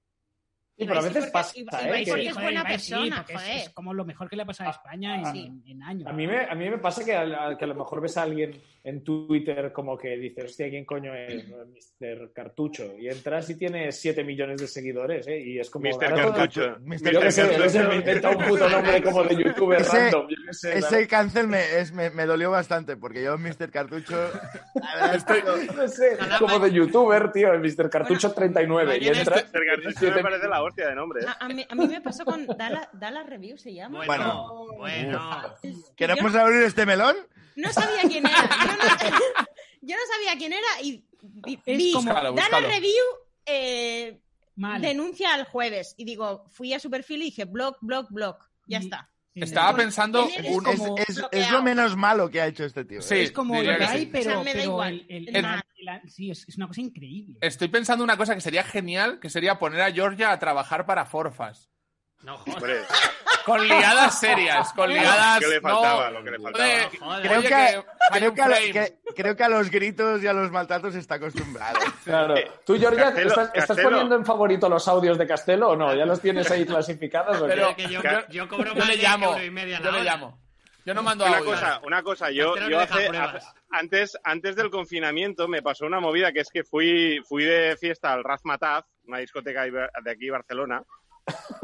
Sí, pero a
Sí,
veces
porque
pasa,
Ibai- Ibai
¿eh?
sí
Que-
es buena
Ibai sí,
persona,
porque es-
joder.
Es, como lo mejor que le ha pasado a España
ah,
en, en años.
A mí, me, a mí me pasa que a, que a lo mejor ves a alguien en Twitter como que dices, hostia, ¿quién coño es Mr. Cartucho? Y entras y tiene 7 millones de seguidores, ¿eh? Y es como...
Mr.
ahora todo-
Cartucho.
Mr.
Yo qué sé,
Cartucho.
debe ser inventa un puto nombre como de youtuber
Ese-
random. Yo qué sé,
Ese cancel me, es- me, me dolió bastante, porque yo, Mr. Cartucho, la verdad es que
la- no sé,
Ojalá
como de youtuber, tío, el Mr. Cartucho 39. Y
mañana
entras...
Ser García me parece la hostia de nombre. ¿eh?
A, a mí, a mí me pasó con Dala, Dala Review, se llama.
Bueno, bueno.
¿Queremos abrir este melón?
No sabía quién era. Yo no, yo no sabía quién era y vi,
Es
vi
como-
Búscalo,
Dala
búscalo.
Review eh,
Mal.
denuncia al jueves. Y digo, fui a su perfil y dije, blog, blog, blog. Ya
Y-
está. Pues,
Estaba pensando
Tener
un-
Es,
como
es-
bloqueado.
es lo menos malo que ha hecho este tío.
Sí.
es como
diría
lo
que
que hay,
sí.
O
pero,
sea, me da
pero
igual,
el-
el
el-
nada.
el- sí, es, es una cosa increíble.
Estoy pensando una cosa que sería genial, que sería poner a Georgia a trabajar para Forfas.
No jodas.
Hombre,
Con liadas serias, con liadas...
¿qué le
no,
faltaba? Lo que le faltaba.
Oye,
No jodas.
Creo
oye,
que, a-
hay
creo
un
que a lo-
frame.
que- creo que a los gritos y a los maltratos está acostumbrado.
Claro. ¿Tú, Georgia,
Castelo,
estás, estás
Castelo.
poniendo en favorito los audios de Castelo o no? ¿Ya los tienes ahí clasificados? o qué?
Pero-
Que yo,
Claro.
yo cobro
Yo
más
le
de
llamo,
euro y media la
yo le
hora.
llamo. Yo no mando
una
audios.
cosa, una cosa, yo,
Espero que
yo
deja
hace-
pruebas.
hace- antes, antes del confinamiento me pasó una movida que es que fui, fui de fiesta al Razmataz, una discoteca ibe- de aquí Barcelona,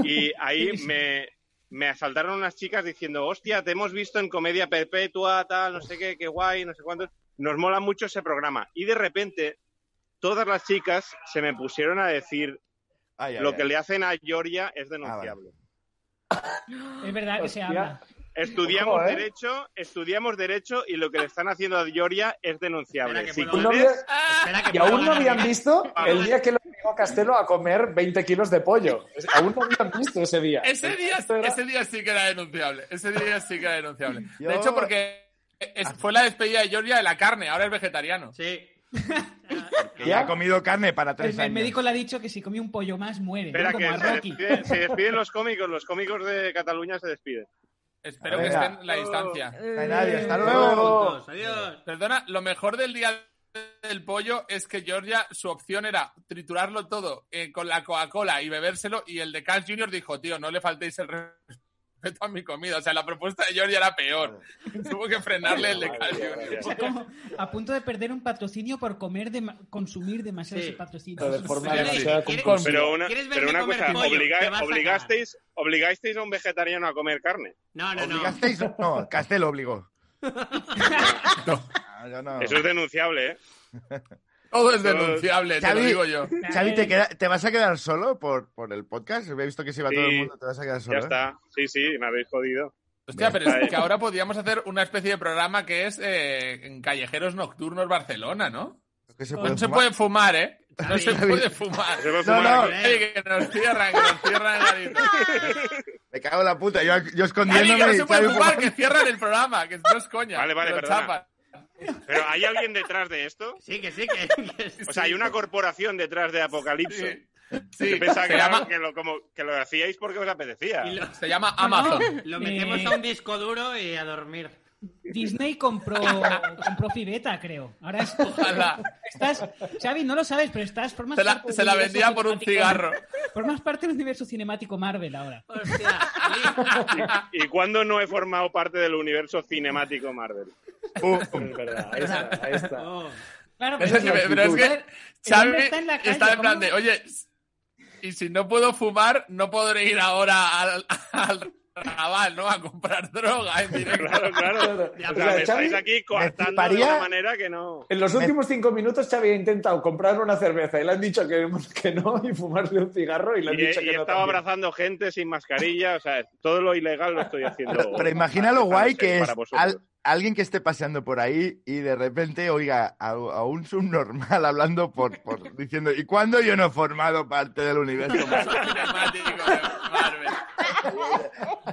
y ahí me, me asaltaron unas chicas diciendo, hostia, te hemos visto en comedia perpetua, tal, no sé qué, qué guay, no sé cuántos. Nos mola mucho ese programa. Y de repente, todas las chicas se me pusieron a decir,
Ay, ay,
lo
ay.
que le hacen a Georgia es
Ah,
denunciable.
Es verdad que se
Hostia.
habla.
Estudiamos
Ojo, ¿eh?
derecho, estudiamos derecho y lo que le están haciendo a Georgia es denunciable.
Espera que
Si
puedo
No
quieres,
había-
Espera que
Y aún
puedo
no
ganar
habían
dinero.
visto el día que lo obligó Castelo a comer 20 kilos de pollo. Es- Aún no habían visto ese día.
Ese día,
Esto era-
ese día sí que era denunciable. Ese día sí que era denunciable.
Yo- Ah.
De hecho, porque es- fue la despedida de Georgia de la carne, ahora es vegetariano.
Sí. Ah,
Que ya ha comido carne para
El,
tres
el
años.
médico le ha dicho que si come un pollo más muere, ¿no?
espera
como a
que se,
Rocky.
despide- se despiden los cómicos, los cómicos de Cataluña se despiden.
Espero que
Venga.
estén en la distancia.
No hay nadie,
Eh,
hasta luego.
Adiós. Adiós.
Perdona, lo mejor del día del pollo es que Georgia, su opción era triturarlo todo eh, con la Coca-Cola y bebérselo, y el de Carl Jr. dijo, tío, no le faltéis el respeto a mi comida. O sea, la propuesta de Georgia era peor. Tuvo que frenarle el de Carl Jr.
O sea, como a punto de perder un patrocinio por comer dema- consumir demasiado
Sí.
ese patrocinio.
Pero de forma
Sí,
demasiado
¿quieres-
compulsiva.
Pero una,
¿Quieres verme
pero una
comer
cosa,
pollo?
obliga-
Te vas a
obligasteis, obligasteis a un vegetariano a comer carne.
No, no, no.
¿Obligasteis? No, Castelo obligó. No, yo
Ah.
no.
Eso es denunciable, ¿eh?
Todo es denunciable, te lo
Xavi-
digo yo.
Xavi, ¿te, queda- ¿te vas a quedar solo por, por el podcast? Había visto que se iba todo el
Sí,
mundo, te vas a quedar
Ya
solo. ¿eh?
está. Sí, sí, me habéis jodido.
Hostia, pero
Vale.
es que ahora podríamos hacer una especie de programa que es eh, en Callejeros Nocturnos Barcelona, ¿no?
Que se
No
puede
No se
fumar.
puede fumar, ¿eh? No
Xavi.
se puede fumar.
Se va a
No,
fumar
no.
aquí.
Ey, que nos cierran, que nos cierran el garito.
Me cago en la puta. Yo, yo
Xavi,
escondiéndome.
que no
y
se puede
Xavi
fumar,
fumando.
que cierran el programa, que no es coña.
Vale, vale,
que lo
perdona.
chapan.
Pero ¿hay alguien detrás de esto?
Sí, que sí, que, que sí.
O sea, hay una corporación detrás de Apocalipsis.
Sí. Sí,
Yo pensaba
se,
que, era algo
llama,
que lo, como, que lo hacíais porque os apetecía.
Y lo,
se llama Amazon.
lo metemos
Eh.
a un disco duro y a dormir.
Disney compró, compró Fibeta, creo. Ahora es,
Ojalá.
estás, Xavi, no lo sabes, pero estás formas
Se la,
parte del
se la
universo
vendía por un
cinemático-
cigarro.
Formas parte del universo cinemático Marvel ahora.
Hostia, ahí-
¿Y cuándo no he formado parte del universo cinemático Marvel?
Pum.
Es verdad, ahí está, ahí está.
Oh.
Claro,
Es que- pero es que Xavi
hombre está en la calle,
está en plan
¿cómo?
de, oye, y si no puedo fumar, no podré ir ahora al, al Raval, ¿no? A comprar droga en directo.
Claro, claro.
Ya, pero
O sea, me
Xavi,
estáis aquí coartando de
fliparía-
una manera que no.
En los últimos cinco minutos se había intentado comprar una cerveza y le han dicho que, que no y fumarle un cigarro y le han
Y,
dicho
y
que no.
estaba
también.
abrazando gente sin mascarilla, o sea, todo lo ilegal lo estoy haciendo.
Pero, pero imagina lo guay que es
Para vosotros.
al- alguien que esté paseando por ahí y de repente oiga a, a un subnormal hablando por, por diciendo ¿y cuándo yo no he formado parte del universo?
Cinemático de Marvel.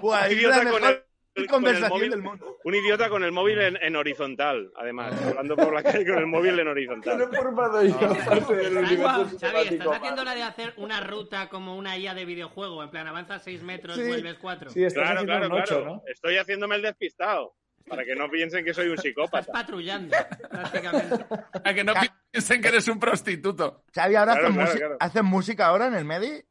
Buah, es la
Idiota con
mejor
el- con el
conversación
móvil.
del mundo.
Un idiota con el móvil en, en horizontal, además. Hablando por la calle con el móvil en
Que no he
horizontal.
formado yo parte del universo
guau,
Xavi, estás
cinemático
haciendo
Marvel.
la de hacer una ruta como una IA de videojuego. En plan, avanzas 6 metros,
Sí,
vuelves 4.
Sí, estás
Claro,
haciendo
claro,
un ocho,
claro. Estoy haciéndome el despistado. Para que no piensen que soy un
Estás
psicópata.
patrullando, prácticamente.
A que no piensen que eres un prostituto.
Xavi, ahora
Claro,
hacen,
claro,
música-
claro.
hacen música ahora en el Medi.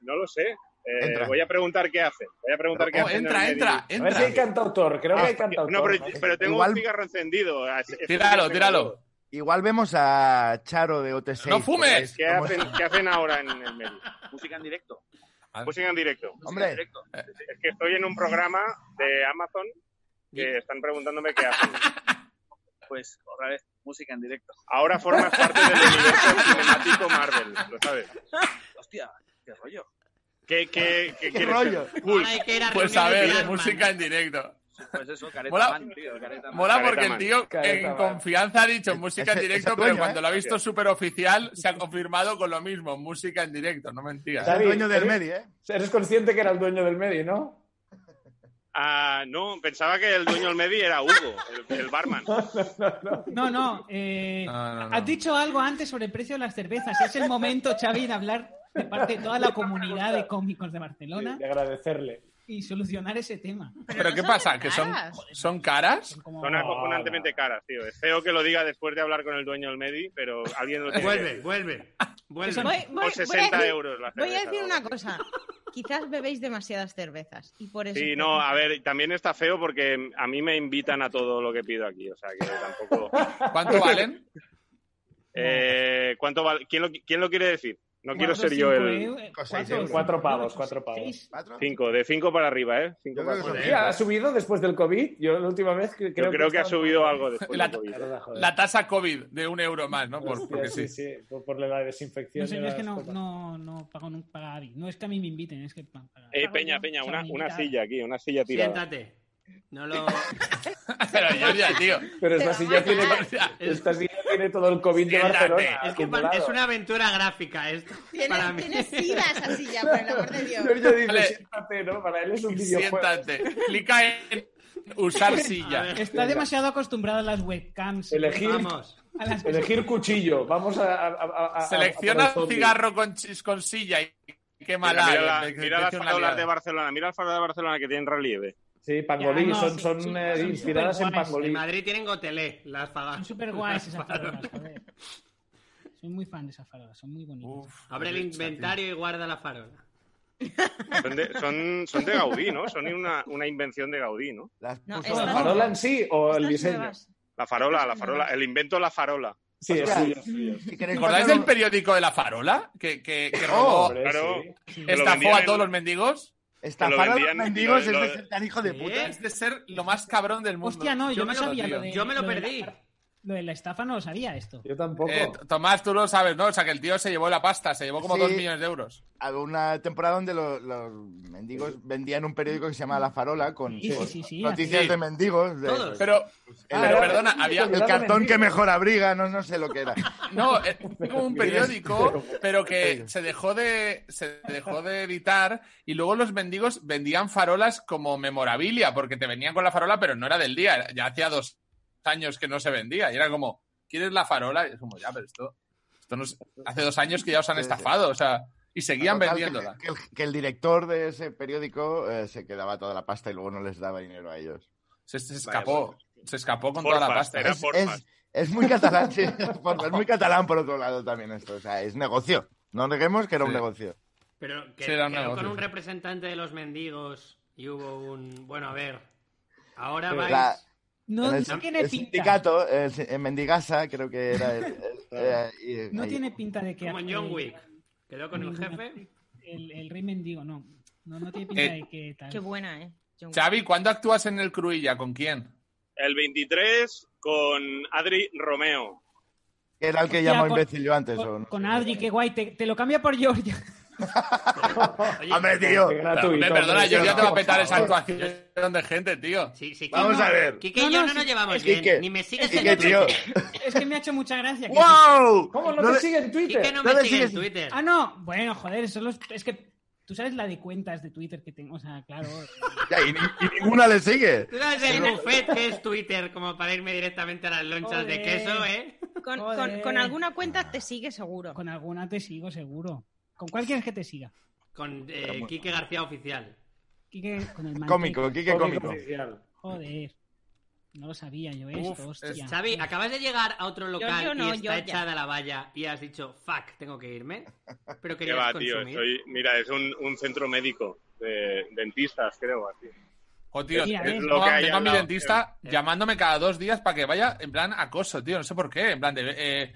No lo sé. Eh,
Entra.
voy a preguntar qué hacen. Voy a preguntar qué
Oh,
hacen.
entra,
en el
entra,
¿no? A ver si hay
entra.
cantautor, creo que hay
vídeo.
cantautor.
Ah, No, pero,
¿no?
pero tengo
Igual-
un cigarro encendido. Ah, Así-
Tíralo,
tengo-
tíralo.
Igual vemos a Charo de OT6.
¡No fumes!
que es
¿Qué
pues, como-
hacen, ¿Qué hacen ahora en el medio?
Música en directo.
Música en directo.
Música en
Hombre,
directo.
Es que estoy en un programa de Amazon que están preguntándome qué hacen.
Pues otra vez, música en directo.
Ahora formas parte del universo cinemático Marvel, lo sabes.
Hostia, qué rollo.
¿Qué, qué, qué, quieres
rollo?
ser? Hulk.
Ahora hay que ir a
Pues a
reuniones
ver,
de Ant-Man.
música en directo.
Pues eso, careta
Mola-
man, tío. Careta man.
Mola
Careta
porque el
man.
tío
Careta
en
man.
confianza ha dicho
Ese-
música en
ese
directo,
dueño,
pero cuando
¿eh?
lo ha visto súper oficial se ha confirmado con lo mismo, música en directo, no mentiras.
es el
Xavi,
dueño del
¿eres-
Medi, ¿eh?
Eres consciente que era el dueño del Medi, ¿no?
Ah, no, pensaba que el dueño del Medi era Hugo, el, el barman.
No, no, eh,
Ah, No, no, no.
Has dicho algo antes sobre el precio de las cervezas. Es el momento, Xavi, de hablar de parte de toda la comunidad de cómicos de Barcelona
de agradecerle.
y solucionar ese tema.
¿Pero
no
qué
son
pasa?
tan
¿Que son,
caras.
son caras?
Son como-
Son acojonantemente caras, tío. Es feo que lo diga después de hablar con el dueño del Medi, pero alguien lo tiene. que
Vuelve,
decir.
vuelve.
Eso
Vuelve.
no-
Voy, voy- voy
Por
a
60
decir-
euros la
Voy a
cerveza,
decir
¿no?
una cosa. Quizás bebéis demasiadas cervezas y por eso.
Sí, no, a ver, también está feo porque a mí me invitan a todo lo que pido aquí, o sea que tampoco.
¿Cuánto valen?
Eh, ¿Cuánto vale? ¿Quién lo, quién lo quiere decir? No quiero
cuatro,
ser yo
cinco
¿eh?
el
eu-
Con seis
cuatro,
euros.
Cuatro pavos, cuatro pavos.
seis.
¿Cuatro?
5, de 5 para arriba, ¿eh? Cinco
Yo
para
creo que son
arriba.
Mira, ha subido después del COVID. Yo la última vez que- creo,
Yo creo que ha
estaba-
subido algo después.
La-
del COVID.
Verdad, joder.
La tasa COVID de un euro más, ¿no? Por-
Hostia,
porque
sí,
sí.
sí, por, por la desinfección.
No sé,
de
yo es
las
que no,
copas.
no, no pago nunca paga Avi. No es que a mí me inviten, es que pa- paga.
Eh,
Pago
Peña,
yo.
Peña,
O sea,
una,
me
una
invita-
silla aquí, una silla tirada.
Siéntate. No lo.
Pero Georgia, tío.
Pero esta
Te
silla, tiene,
Georgia,
esta silla tiene todo el COVID de
Siéntate.
Barcelona.
Es que pa-
acumulado.
es una aventura gráfica esto. para
Tienes,
mí.
tienes sida esa silla, por el amor de Dios.
Giorgio dice,
Vale.
siéntate, ¿no? Para él es un videojuego.
siéntate. Clica en usar
A
silla.
ver,
Está demasiado acostumbrada a las webcams. ¿eh?
Elegir,
Vamos.
A las-
elegir cuchillo. Vamos a... a- a- a- a- a
Selecciona
por el zombie.
cigarro con, chis- con silla y quema
Mira,
la.
mira, la- mira las farolas de Barcelona, mira las farolas de Barcelona que tienen relieve.
Sí, pangolí.
Ya, no,
son
sí,
son
sí,
eh,
son
inspiradas en
superguays.
En
pangolí.
Madrid tienen gotelé, las
Son
fagas.
súper guays esas farolas, joder. Soy muy fan de esas farolas, son muy bonitas.
Abre el inventario y guarda la farola.
Son de, son, son de Gaudí, ¿no? Son una, una invención de Gaudí, ¿no?
Las
No,
puso
esta-
la
¿La
farola.
farola en sí o el
Estas
diseño?
nuevas.
La farola, la farola, el invento de la farola.
Sí, es
Hostia.
suyo. es suyo.
Si queréis
¿Recordáis
pasar-
del periódico de la farola? Que, que, que
Oh,
robó,
Hombre,
claro.
sí.
Te lo
estafó
vendían
a todos
en-
los mendigos.
Estafar a los
vendían-
mendigos es
lo-
de
lo-
ser tan hijo de puta.
¿Eh?
Es de ser lo más cabrón del mundo.
Hostia, no, yo,
Yo
no
me lo-
sabía
tío,
lo de.
Yo me lo
de la-
perdí.
lo de la estafa no lo sabía esto.
Yo tampoco.
Eh, T- Tomás, tú lo sabes, ¿no? O sea, que el tío se llevó la pasta, se llevó como
Sí.
dos millones de euros.
Había una temporada donde lo- los mendigos vendían un periódico que se llama La Farola con
Sí, sí,
con
sí, sí,
noticias
así.
de mendigos. de-
Todos.
Pero,
el,
pero
era-
perdona, había.
el cartón que mejor abriga, no, no sé lo que era.
No, eh, fue como un periódico, pero que se dejó de se dejó de editar y luego los mendigos vendían farolas como memorabilia, porque te venían con la farola, pero no era del día, era- ya hacía dos años que no se vendía y era como, ¿quieres la farola? Y es como, ya, pero esto, esto no es- hace dos años que ya os han
Sí, sí.
estafado, o sea, y seguían
Total,
vendiéndola.
Que, que el, que el director de ese periódico eh, se quedaba toda la pasta y luego no les daba dinero a ellos.
Se, se escapó,
pues.
se escapó con toda la
Porfas,
pasta.
era
Es,
porfas.
es- es muy catalán, sí, por- es muy catalán por otro lado también esto. O sea, es negocio. No neguemos que era un
Sí.
negocio.
Pero que
Sí, era un
quedó
negocio.
con un representante de los mendigos y hubo un. Bueno, a ver. Ahora
Sí.
vais.
La-
No,
en
no
el,
tiene
el
pinta.
sindicato, el si- en Mendigasa, creo que era. el- el- eh, y-
No
ahí.
tiene pinta de que.
Como en John
eh,
Wick. Quedó con el jefe.
El, el rey mendigo, no. No, no tiene pinta
Eh,
de que tal.
Qué buena, ¿eh? John Wick.
Xavi, ¿cuándo actúas en el Cruilla? ¿Con quién?
El 23 con Adri Romeo.
Que era el que
Hostia,
llamó
con-
imbécil yo antes. o
Con,
no
con
sé.
Adri, qué guay. Te, te lo cambia por Georgia.
Oye,
Hombre, tío.
Qué gratuito,
Me perdona,
hombre,
yo ya
no,
te va a
por
petar esa
favor.
actuación de gente, tío.
Sí, sí,
Vamos
Kiko-
a ver.
Kike
No,
y yo
no,
no nos
sí,
llevamos bien.
Kike.
Ni me sigues
Este
Kike,
en el
tío.
Es que me ha hecho mucha gracia. que-
¡Wow!
¿Cómo no,
No
te
le-
sigue en Twitter?
Kike no
No
me
le
sigue en
sigues-
Twitter.
Ah, no. Bueno, joder, son los- es que tú sabes la de cuentas de Twitter que tengo. O sea, claro. eh,
Ya, y, ni- y ninguna le sigue.
Tú sabes el buffet que es Twitter, como para irme directamente a las lonchas de
Joder.
queso, ¿eh?
Con,
Joder.
con- con alguna cuenta te sigue seguro.
Con alguna te sigo, seguro. ¿Con cuál quieres que te siga?
Con eh, Quique García Oficial.
Quique, con el
Cómico,
manteca.
Quique cómico.
oficial.
Joder. No lo sabía yo
Uf,
esto, hostia.
es-
Xavi, ¿acabas de llegar a otro local
Giorgio no,
y está
Giorgia.
echada la valla y has dicho, fuck, tengo que irme? Pero
¿Qué
querías
va, tío?
consumir.
Estoy- mira, es un, un centro médico de dentistas, creo. Así.
O tío, eh,
Mira,
tengo-
es
lo que hay
tengo a
al
mi
lado.
dentista llamándome cada dos días para que vaya en plan acoso, tío. No sé por qué. En plan de. eh,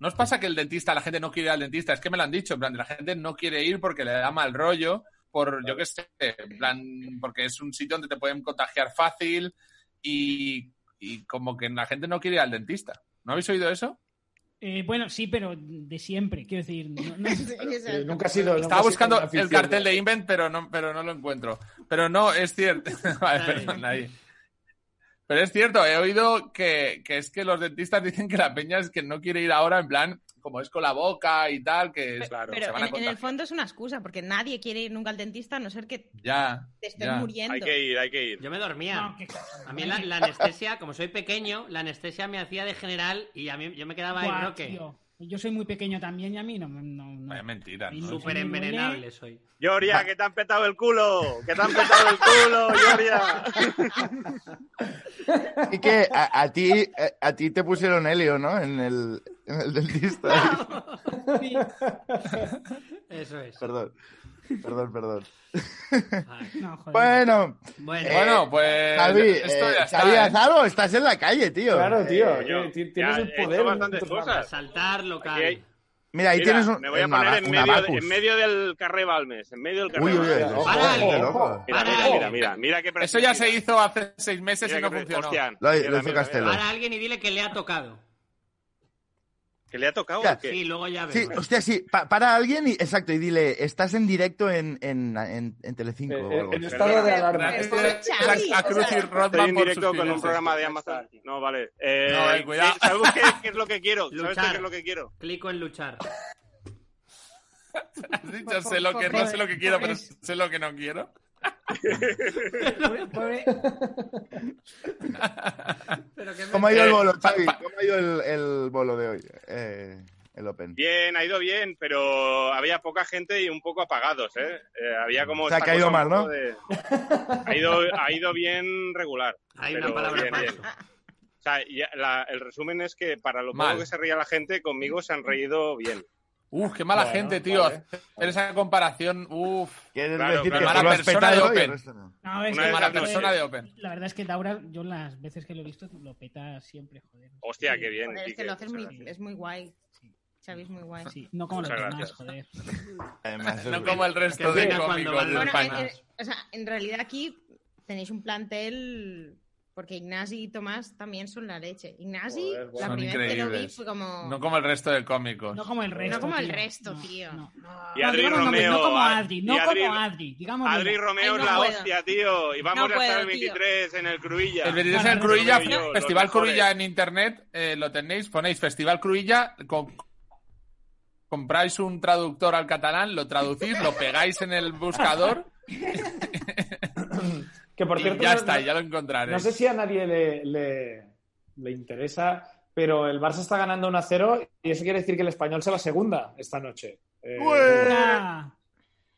¿No os pasa que el dentista, la gente no quiere ir al dentista? Es que me lo han dicho. En plan, de, la gente no quiere ir porque le da mal rollo, por yo qué sé. En plan, porque es un sitio donde te pueden contagiar fácil y, y como que la gente no quiere ir al dentista. ¿No habéis oído eso?
Eh, bueno, sí, pero de siempre. Quiero decir, no- no-
Eh, nunca ha sido. nunca
Estaba
ha sido
buscando
una
el
afición
cartel de Invent, pero no, pero no lo encuentro. Pero no, es cierto. vale,
Ahí.
perdón, ahí. Pero es cierto, he oído que, que es que los dentistas dicen que la peña es que no quiere ir ahora en plan como es con la boca y tal, que es-
Claro,
se
Pero
van a
en, en el
contagiar.
fondo es una excusa, porque nadie quiere ir nunca al dentista a no ser que
Ya,
te estés
ya.
muriendo.
Hay que ir, hay que ir.
Yo me dormía.
No, qué cosa.
A mí la, la anestesia, como soy pequeño, la anestesia me hacía de general y a mí yo me quedaba en
Buah,
roque.
tío. Yo soy muy pequeño también y a mí no. me- no, no.
Vaya mentira, ¿no?
Su-
Súper envenenable soy.
Gloria, que te han petado el culo, que te han petado el culo, Gloria.
Y que a, a ti eh, a ti te pusieron helio, ¿no? En el, en el dentista.
Eso es.
Perdón. Perdón, perdón.
Ay.
No, joder.
Bueno,
Bueno,
Bueno, pues
Xavi,
esto
eh,
ya está,
Xavi
¿eh?
Azaro, estás en la calle, tío.
Claro, tío.
yo-
ti-
ya
Tienes un
he hecho
poder. en
bastantes
tus manos.
a
cosas.
saltar local.
Aquí hay-
Mira, ahí
Mira,
tienes un
me voy a
una-
poner en
una
medio, de-
vacus.
en medio del carré Balmes, en medio del carré
Uy, uy, uy.
Balmes.
ojo,
Para,
ojo,
ojo.
loco.
Mira, mira, mira, mira, mira qué
Eso ya se hizo hace seis meses y no funcionó.
Lo- lo hizo Castelo.
Para alguien y dile que le ha tocado.
¿Que le ha tocado
Ya.
o qué?
Sí, luego ya
Sí,
ves.
hostia, sí, pa- para a alguien y exacto, y dile, estás en directo en, en, en, en Telecinco o
Eh,
algo.
en
así.
estado de
Perdona.
alarma.
Pero-
a, Cruz y
Estoy
Rodman
en
por
directo con un
suscribirse.
programa de Amazon. No, vale. Eh,
No, eh, cuidado.
¿Sabes qué, qué es lo que quiero? ¿Sabes
Luchar.
qué es lo que quiero?
Clico en luchar.
Has dicho, sé lo que no sé lo que quiero, pero sé lo que no quiero.
Pobre- pobre-
Pero
este-
que me-
¿Cómo ha ido el
Eh,
bolo,
pa-
Xavi?
pa-
¿Cómo ha ido el, el bolo de hoy? Eh, el Open.
Bien, ha ido bien, pero había poca gente y un poco apagados, ¿eh? Eh, había como...
O sea,
esta
que ha ido
cosa un
mal, ¿no?
poco de- Ha ido, ha ido bien regular.
Hay una
pero
palabra
bien,
para
bien.
eso.
O sea, ya- la- el resumen es que para lo
Mal.
poco que se reía la gente, conmigo se han reído bien.
Uf, qué mala
Bueno,
gente, tío.
vale.
Hacer esa comparación, uf.
Quieres
Claro,
decir
claro.
que
Mala
tú lo has
persona de
petado y
Open.
el resto no.
no, es
Una
que-
vez
Mala
Exacto.
persona de Open.
La verdad es que Daura, yo las veces que lo he visto, lo peta siempre, joder.
Hostia, ah, qué bien.
Joder, es que
Quique,
lo haces
muchas
muy,
gracias.
es muy guay. Xavi es muy guay.
Sí, no como los
Muchas
demás,
gracias.
joder.
Además,
No como el resto
Que
de
venga cuando
cómicos de
valga.
Bueno, en,
España.
eh,
en- o sea, en realidad aquí tenéis un plantel porque Ignasi y Tomás también son la leche. Ignasi,
Joder,
la
son
primera vez que lo vi
increíbles.
fue como...
No como el resto de cómicos.
eh, No como el resto.
No como el
tío.
resto,
No,
tío.
no.
Y
No,
Adri
digamos nombres,
Romeo.
no como
a-
Adri,
y
no
Adri-
como Adri, digamos.
Adri Romeo
Ay, no
es la
puedo.
hostia, tío. Y vamos
No
a estar el
puedo, tío.
23 en el Cruilla.
El 23 en
Bueno,
Cruilla,
no, no, no.
Festival
Los mejores.
Cruilla en internet, eh, lo tenéis, ponéis Festival Cruilla, con- compráis un traductor al catalán, lo traducís, lo pegáis en el buscador
Que por
y
cierto,
ya
no-
está,
no-
ya lo encontraréis.
No sé si a nadie le, le- le interesa, pero el Barça está ganando 1-0 y eso quiere decir que el español se va segunda esta noche. Eh,
Ah,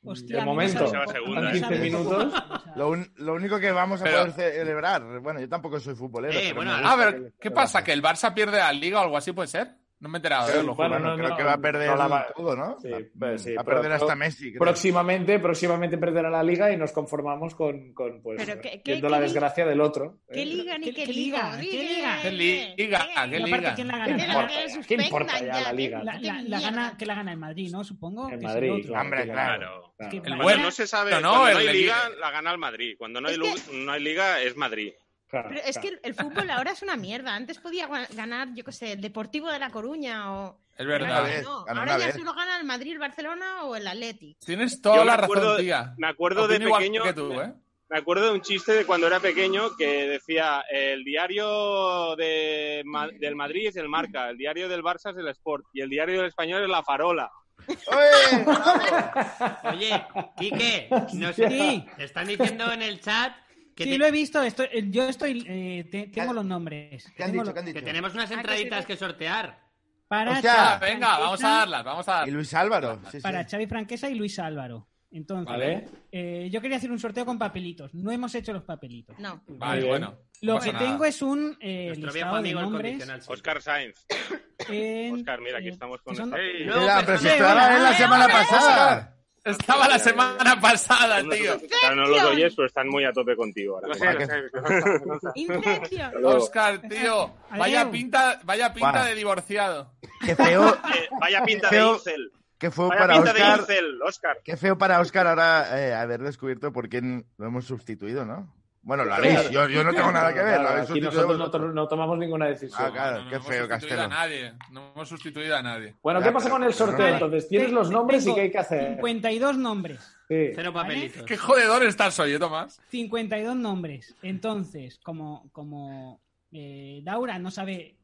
De
Hostia,
momento.
Se va segunda,
en
¿eh?
15
minutos.
Lo, un- lo único que vamos a
Pero-
poder celebrar, bueno, yo tampoco soy futbolero.
Eh,
pero
bueno,
me
ah,
gusta
Ah, pero
que-
¿qué pasa? ¿Que el Barça pierde la liga o algo así puede ser? No me he enterado, eh,
Bueno,
lo juro.
Bueno, no,
creo
no,
que va a perder
no la va-
todo, ¿no?
Sí,
va,
pues sí,
va a
pero-
perder hasta
pero-
Messi. creo.
Próximamente, próximamente perderá la liga y nos conformamos con, con pues,
Pero qué- qué-
viendo
qué
la
li-
desgracia del otro.
¿Qué
¿eh?
liga ni
¿Qué-
qué,
qué
liga?
liga? ¿Qué liga?
¿Qué liga? ¿Qué
Y aparte,
liga?
¿quién la
¿Qué
gana?
importa,
Que la
ya? ¿Qué importa
suspendan
ya
ya,
la
que-
liga?
La, la- la gana, que la gana el Madrid, ¿no?
En
Supongo. que es el
Madrid.
otro.
claro,
Hombre,
Claro.
claro.
Que
El
vaya-
Cuando no se sabe,
No, no,
cuando no
el-
hay
el-
liga, la gana el Madrid. Cuando no hay,
Es
lu- no hay liga, es Madrid.
claro,
Pero es que
claro.
el- el fútbol ahora es una mierda. Antes podía gua- ganar, yo qué sé, el Deportivo de La Coruña o...
Es
Pero
Una
verdad.
ahora
vez,
no.
ganó
Ahora
una
ya
vez.
solo gana el Madrid, el Barcelona o el Atleti.
Tienes
Yo
toda
me
la
acuerdo-
razón, tía.
Me acuerdo de
Opino igual
pequeño.
que tú, ¿eh?
Me acuerdo de un chiste de cuando era pequeño que decía el diario de Ma- del Madrid es el Marca, el diario del Barça es el Sport y el diario del Español es la Farola.
¡Oye! ¡Bravo!
Oye, Quique, no sé,
Sí.
están diciendo en el chat que,
Sí,
te-
lo he visto. estoy- eh, yo estoy. eh, te- tengo
¿Qué-
los nombres.
¿Qué han
Tengo
dicho?
los-
¿Qué han
que
dicho?
tenemos
Ah,
unas entraditas que sortear.
Para,
Hostia,
Ah,
Xavi
venga, vamos a
Franquesa-
darlas, vamos a
Y
darlas.
Luis Álvaro. Sí, sí.
Para Xavi Franquesa y Luis Álvaro. Entonces,
Vale.
eh, yo quería hacer un sorteo con papelitos. No hemos hecho los papelitos.
No.
Vale,
bien.
bueno.
Lo
no pasa
que
Pues nada.
tengo es un eh,
Nuestro viejo
listado de
amigo el
nombres.
condicional. sí.
Oscar Sainz.
Eh,
en-
Oscar, mira, aquí estamos con
que son-
¡Ey!
No,
Mira, pero si
Sí,
estaba
bueno,
en la
hombre,
semana pasada.
Estaba la semana pasada, tío.
Claro, no los oyes, pero están muy a tope contigo ahora.
sé, lo sé,
Infección.
Oscar, tío. Vaya
Adeu.
pinta, vaya pinta
Guau.
de divorciado.
Qué feo
Eh, vaya pinta de
Pero-
Incel.
que fue
Vaya
para
pinta de
Oscar.
Incel, Oscar.
Qué feo para Oscar ahora eh, haber descubierto por quién lo hemos sustituido, ¿no? Bueno, lo
Sí.
habéis. Yo, yo no tengo nada que ver. lo
Claro,
habéis
aquí
sustituido
nosotros no,
vosotros.
to- no tomamos ninguna decisión.
Ah, claro, qué
hemos sustituido
feo,
a
Castelo.
nadie. No hemos sustituido a nadie.
Bueno,
Ya,
¿qué pasa
pero-
con el sorteo
pero-
entonces? ¿Tienes los nombres y qué hay que hacer?
52 nombres.
Sí.
¿Eh?
Cero papelitos.
Qué jodedor estás hoy, eh, Tomás.
52 nombres. Entonces, como, como eh, Daura no sabe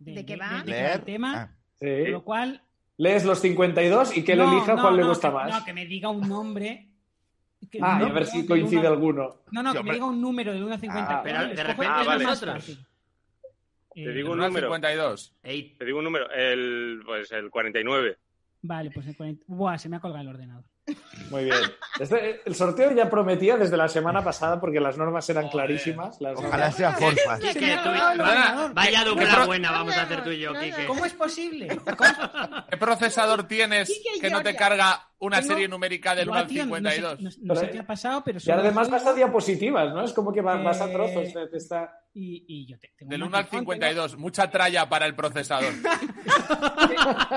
¿De qué va?
de qué
Leer.
el tema,
Ah.
Sí.
Con lo cual.
Lees los 52 y que él
no,
elija
no,
cuál le
no,
gusta
que-
más.
No, que me diga un nombre. que-
ah, y a
no,
ver
no,
si
del
coincide
uno-
alguno.
No, no,
Sí,
que me
hombre.
diga un número de 1 a 50.
Ah,
Pero
pero de repente
Ah, vale.
nosotros.
Eh,
Te digo un
Una
número.
52.
Ey,
Te digo un número, el, pues el 49.
Vale, pues el 40. Buah, se me ha colgado el ordenador.
Muy bien. Este- el sorteo ya prometía desde la semana pasada porque las normas eran
Joder.
clarísimas. las
Ojalá
normas-
sea Forfas.
Quique, tú-
no, no,
Nada,
no, no.
Vaya dupla
pro-
buena vamos a hacer tú y yo,
No, no,
Quique.
¿Cómo es posible? ¿Cómo-
¿Qué procesador tienes
Sí que
que no te
llora.
carga una
Tengo-
serie numérica del
Buah,
1 al
tío, no sé-
52?
No, no sé
Pero- eh,
qué ha pasado, pero
Y
solo
además
soy-
vas a diapositivas, ¿no? Es como que vas, vas a
Eh,
trozos. eh, te está-
Y, y yo te- tengo
Del
un
1 al
iPhone,
52, mucha tralla para el procesador.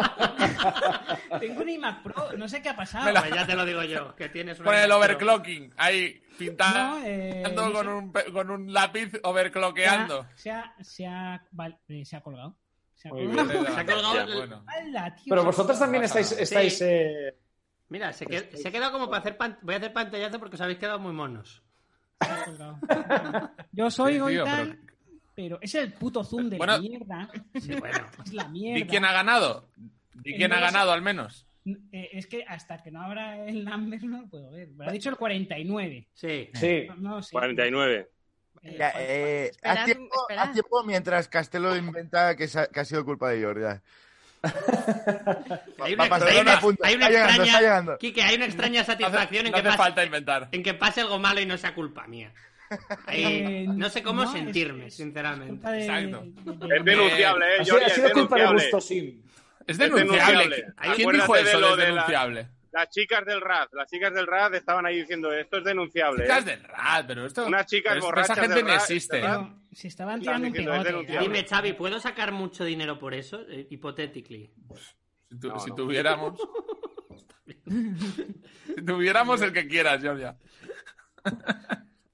Tengo, tengo un iMac Pro, no sé qué ha pasado.
Me la-
Pues ya te lo digo yo, que tienes una-
Con el overclocking, ahí pintando
No, eh, no
con,
sé.
un, pe- con un lápiz
Se ha-
overclockeando.
Se ha, se ha, val- eh, se ha colgado. Se ha
Muy
colgado.
Se
Se ha colgado
ya,
el-
bueno.
¡Hala, tío!
Pero vosotros también
No pasa
estáis...
nada.
estáis
Sí.
eh,
Mira, se, qued- se ha quedado como para hacer... pan- Voy a hacer pantallazo porque os habéis quedado muy monos.
Se ha colgado. Yo soy
Sí, tío,
Goitán, pero... ese es el puto zoom de la
Bueno.
mierda.
Sí, bueno.
Es la
¿Y
mierda.
quién ha ganado? ¿Y
El
quién ha
número es-
ganado al menos?
Eh, es que hasta que no abra el number no lo puedo ver. Me ha dicho el 49.
Sí.
Eh,
Sí.
No, no sé.
49.
Eh,
Ya, eh,
Esperad
haz,
un-
tiempo,
esperad.
haz tiempo mientras Castelo inventa que, sa- que ha sido culpa de Jordi. ya.
Hay una,
Va a pasar
hay una-
una punta.
hay una
Está llegando,
extraña,
está llegando.
Quique, hay una extraña
No hace,
satisfacción
no
en, que
hace
pase,
falta inventar.
en que pase algo malo y no sea culpa mía. Eh,
Eh,
no sé cómo
no, es-
sentirme,
es-
sinceramente.
culpa de-
Exacto.
de- de-
Es denunciable, ¿eh?
Ha sido,
Jordi,
ha
es
sido culpa de
denunciable.
eh.
Gusto Sim.
Es
denunciable. ¿Eh?
denunciable. ¿Quién
Acuérdate
dijo
de
eso?
lo
Es
de la-
denunciable.
Las chicas del RAD, las chicas del RAD estaban ahí diciendo, esto es denunciable.
Chicas
¿eh?
del rat, pero esto.
Unas chicas
pero es- pero
borrachas
Esa gente
del
no
rat,
existe.
del rat.
Pero se estaban
Claro,
tirando un
diciendo, es
pegote. ¿eh?
denunciable.
Dime,
Dime, Xavi, ¿puedo sacar mucho dinero por eso? Eh, Hipotéticamente.
Si, tu-
No,
si
no.
tuviéramos. si tuviéramos el que quieras, Georgia.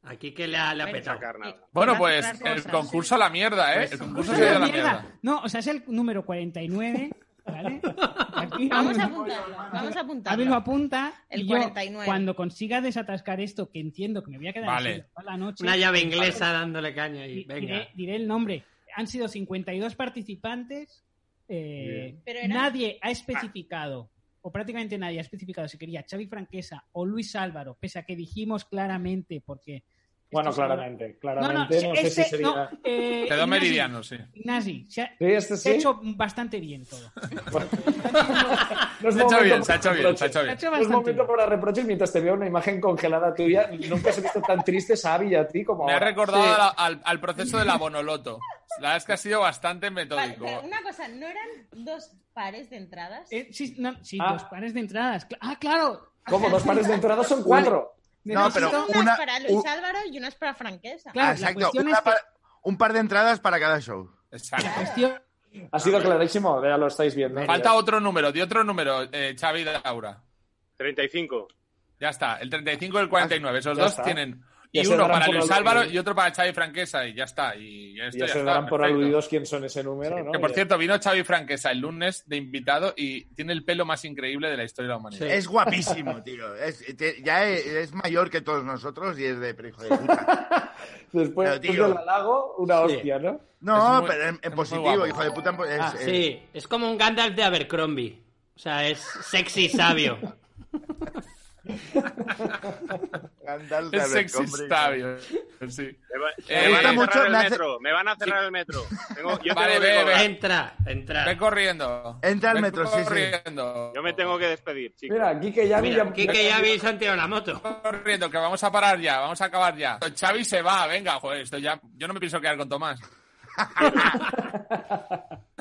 Aquí que le ha, le ha
Bueno,
petado.
Sacar nada.
Bueno,
Va a
pues
sacar
el
cosas.
concurso a la mierda, ¿eh?
Pues,
El concurso
Cosa
se ha ido
de
a la mierda.
No, o sea, es el número 49, ¿vale? Aquí
Vamos a
Abel-
apuntarlo, vamos a
Abel lo
apuntarlo.
apunta.
El
y yo,
49.
cuando consiga desatascar esto, que entiendo que me voy a quedar
Vale.
así toda la noche.
Una llave inglesa dándole caña y
di-
venga.
Diré, diré el nombre. Han sido 52 participantes. eh,
Pero era-
nadie ha especificado, o prácticamente nadie ha especificado si quería Xavi Franquesa o Luis Álvaro, pese a que dijimos claramente, porque.
Bueno,
esto es-
claramente.
No, no,
Claramente, no, sé
este-
si sería...
no, eh,
Quedó
Ignasi,
meridiano, sí.
Ignasi, se ha,
Sí, este
se ha
sí.
hecho bastante bien todo.
No es
Se ha hecho
momento
bien,
para
se ha hecho bien, se ha
reproches.
hecho
Se ha
bien.
hecho
No es
bastante
momento
bien.
para reproches mientras te veo una imagen congelada tuya. Nunca se ha visto tan triste Xavi y a ti como
Me ha
ahora.
recordado a la- al, al proceso de la Bonoloto. La verdad es que ha sido bastante
Vale,
metódico.
pero una cosa, ¿no eran dos pares de entradas?
Eh, sí, no, sí,
Ah.
dos pares de entradas. Cla- Ah, claro.
¿Cómo? Dos pares de entradas son cuatro.
No, pero
Necesito-
unas
una-
para Luis
u-
Álvaro y unas para Franquesa.
Claro,
Ah,
la
exacto.
cuestión
una
es que...
par- un par de entradas para cada show.
la
Exacto.
cuestión-
Ha sido clarísimo, ya lo estáis viendo.
Falta otro número, di otro número, eh, Xavi y Laura.
35.
Ya está, el 35 y el 49. Esos
Ya
dos
está.
tienen.
Ya
Y
se
uno
darán
para
por
Luis
aludidos.
Álvaro y otro para Xavi Franquesa. Y ya está. Y esto
Ya
ya
se
está,
darán por
perfecto.
aludidos quién son ese número, ¿no?
Que por cierto, vino Xavi Franquesa el lunes de invitado y tiene el pelo más increíble de la historia de la humanidad.
Sí.
Es guapísimo, tío. Es, te- ya es, es mayor que todos nosotros y es de pero hijo de puta.
Después
Pero,
después
tío.
del halago, una
Sí.
hostia, ¿no?
No,
Es muy-
pero en, en
es muy
positivo,
guapo.
hijo de puta. en po- es-
Ah,
es-
Sí, es como un Gandalf de Abercrombie. O sea, es sexy y sabio.
Gandalf de
Es sexy
Abercrombie.
sabio. Sí.
Me, va-
Eh,
me
gusta
van a
mucho,
cerrar el
me hace-
metro. Me van a cerrar el metro. Tengo- yo,
Vale,
tengo
ve,
que colgar.
Entra, entra.
Ve corriendo.
Entra al
Ve
metro, sí, sí.
corriendo.
yo me tengo que despedir, chicos.
Mira, aquí que ya...
Mira,
ya-
Quique ya habéis santeado la moto.
corriendo, que vamos a parar ya, vamos a acabar ya. Xavi se va, venga, joder, esto ya. Yo no me pienso quedar con Tomás.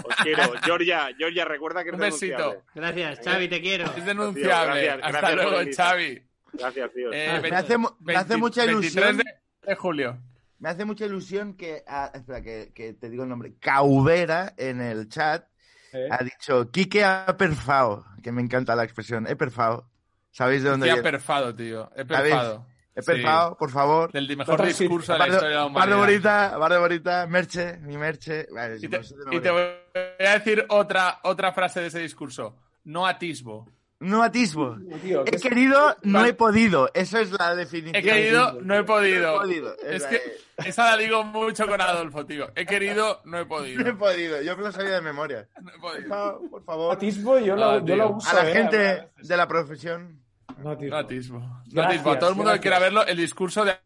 Os quiero. Georgia, Georgia, recuerda que es
Un besito.
denunciable.
Gracias, Xavi, te quiero.
Es denunciable.
Gracias, gracias
Hasta
por
luego,
invitar.
Xavi.
Gracias, tío.
Eh,
Ah,
ve-
me hace mu- me hace mucha
23
ilusión.
de, de julio.
Me hace mucha ilusión que. ah, espera, que, que te digo el nombre. Caubera en el chat
¿eh?
ha dicho: Quique ha perfao. Que me encanta la expresión. He perfao. ¿Sabéis de dónde
Estoy
viene?
perfado, tío. He
¿Sabéis?
perfado.
He perfao, por favor.
Del mejor
Otra sí.
discurso de la historia de la
Bardo Bardo
humanidad.
bonita, bardo bonita, merche, mi merche. Vale,
Y
si
te,
no sé de
y te
memoria.
voy a decir otra, otra frase de ese discurso. No atisbo.
No atisbo.
Tío, que
He
es-
querido, no
Vale.
he podido. Esa es la definición.
He querido, no he
No he
podido.
podido.
Es
la-
que Esa la digo mucho con Adolfo, tío. He querido, no he podido.
No he podido, yo me lo sabía de memoria.
No he podido.
No, por favor.
Batismo, yo,
Ah,
lo, yo
tío.
lo uso.
A la
eh,
gente de la profesión.
Notismo.
Notismo. Notismo.
Gracias,
A todo el mundo que
gracias.
quiera verlo, el discurso de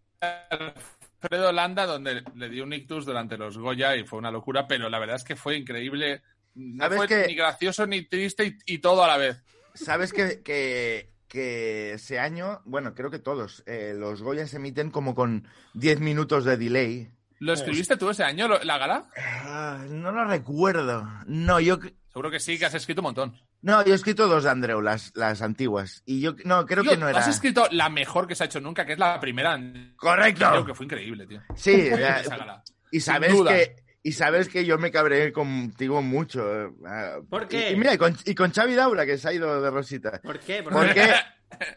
Alfredo Landa, donde le dio un ictus durante los Goya y fue una locura, pero la verdad es que fue increíble. No
¿Sabes
fue
qué?
ni gracioso ni triste y, y todo a la vez.
¿Sabes que, que, que ese año, bueno, creo que todos, eh, los Goya se emiten como con 10 minutos de delay?
¿Lo escribiste tú ese año, lo- la gala?
Ah, no lo recuerdo. No, yo cre-
Seguro que sí, que has escrito un montón.
no, yo he escrito dos de Andreu, las, las antiguas. Y yo no, creo
Tío,
que no era.
Has escrito la mejor que se ha hecho nunca, que es la primera. Creo
Correcto.
que fue increíble, tío.
Sí, eh,
Esa gala.
y sabes
duda.
que y sabes que yo me cabré contigo mucho. eh, ah,
¿Por
y-
qué?
Y, mira, y con, y con Xavi Daura que se ha ido de Rosita.
¿Por qué? Porque
¿Por qué?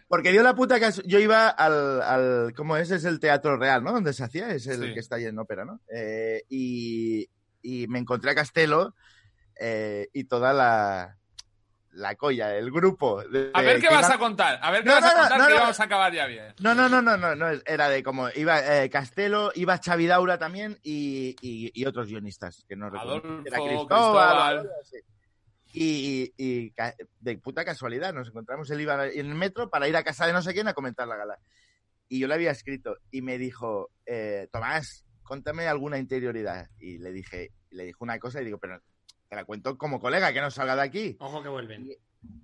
Porque dio la puta casu- Yo iba al, al. ¿Cómo es? Es el Teatro Real, ¿no? Donde se hacía, es el
Sí.
que está ahí en ópera, ¿no? Eh, y, y me encontré a Castelo eh, y toda la. La colla, el grupo. de-
A ver
Eh, que
qué vas
iba-
a contar. A ver qué
No,
vas
no,
a
no,
contar,
no,
que
no.
vamos a acabar ya bien.
No, no, no, no, no, no, era de como iba eh, Castelo, iba Xavi Daura también y, y- y otros guionistas que no recuerdo.
Adolfo,
Era
Cristóbal.
algo así. Y, y ca- de puta casualidad nos encontramos, él iba en el metro para ir a casa de no sé quién a comentar la gala. Y yo le había escrito y me dijo, eh, Tomás, contame alguna interioridad. Y le dije, le dijo una cosa y digo, pero te la cuento como colega, que no salga de aquí.
Ojo que vuelven.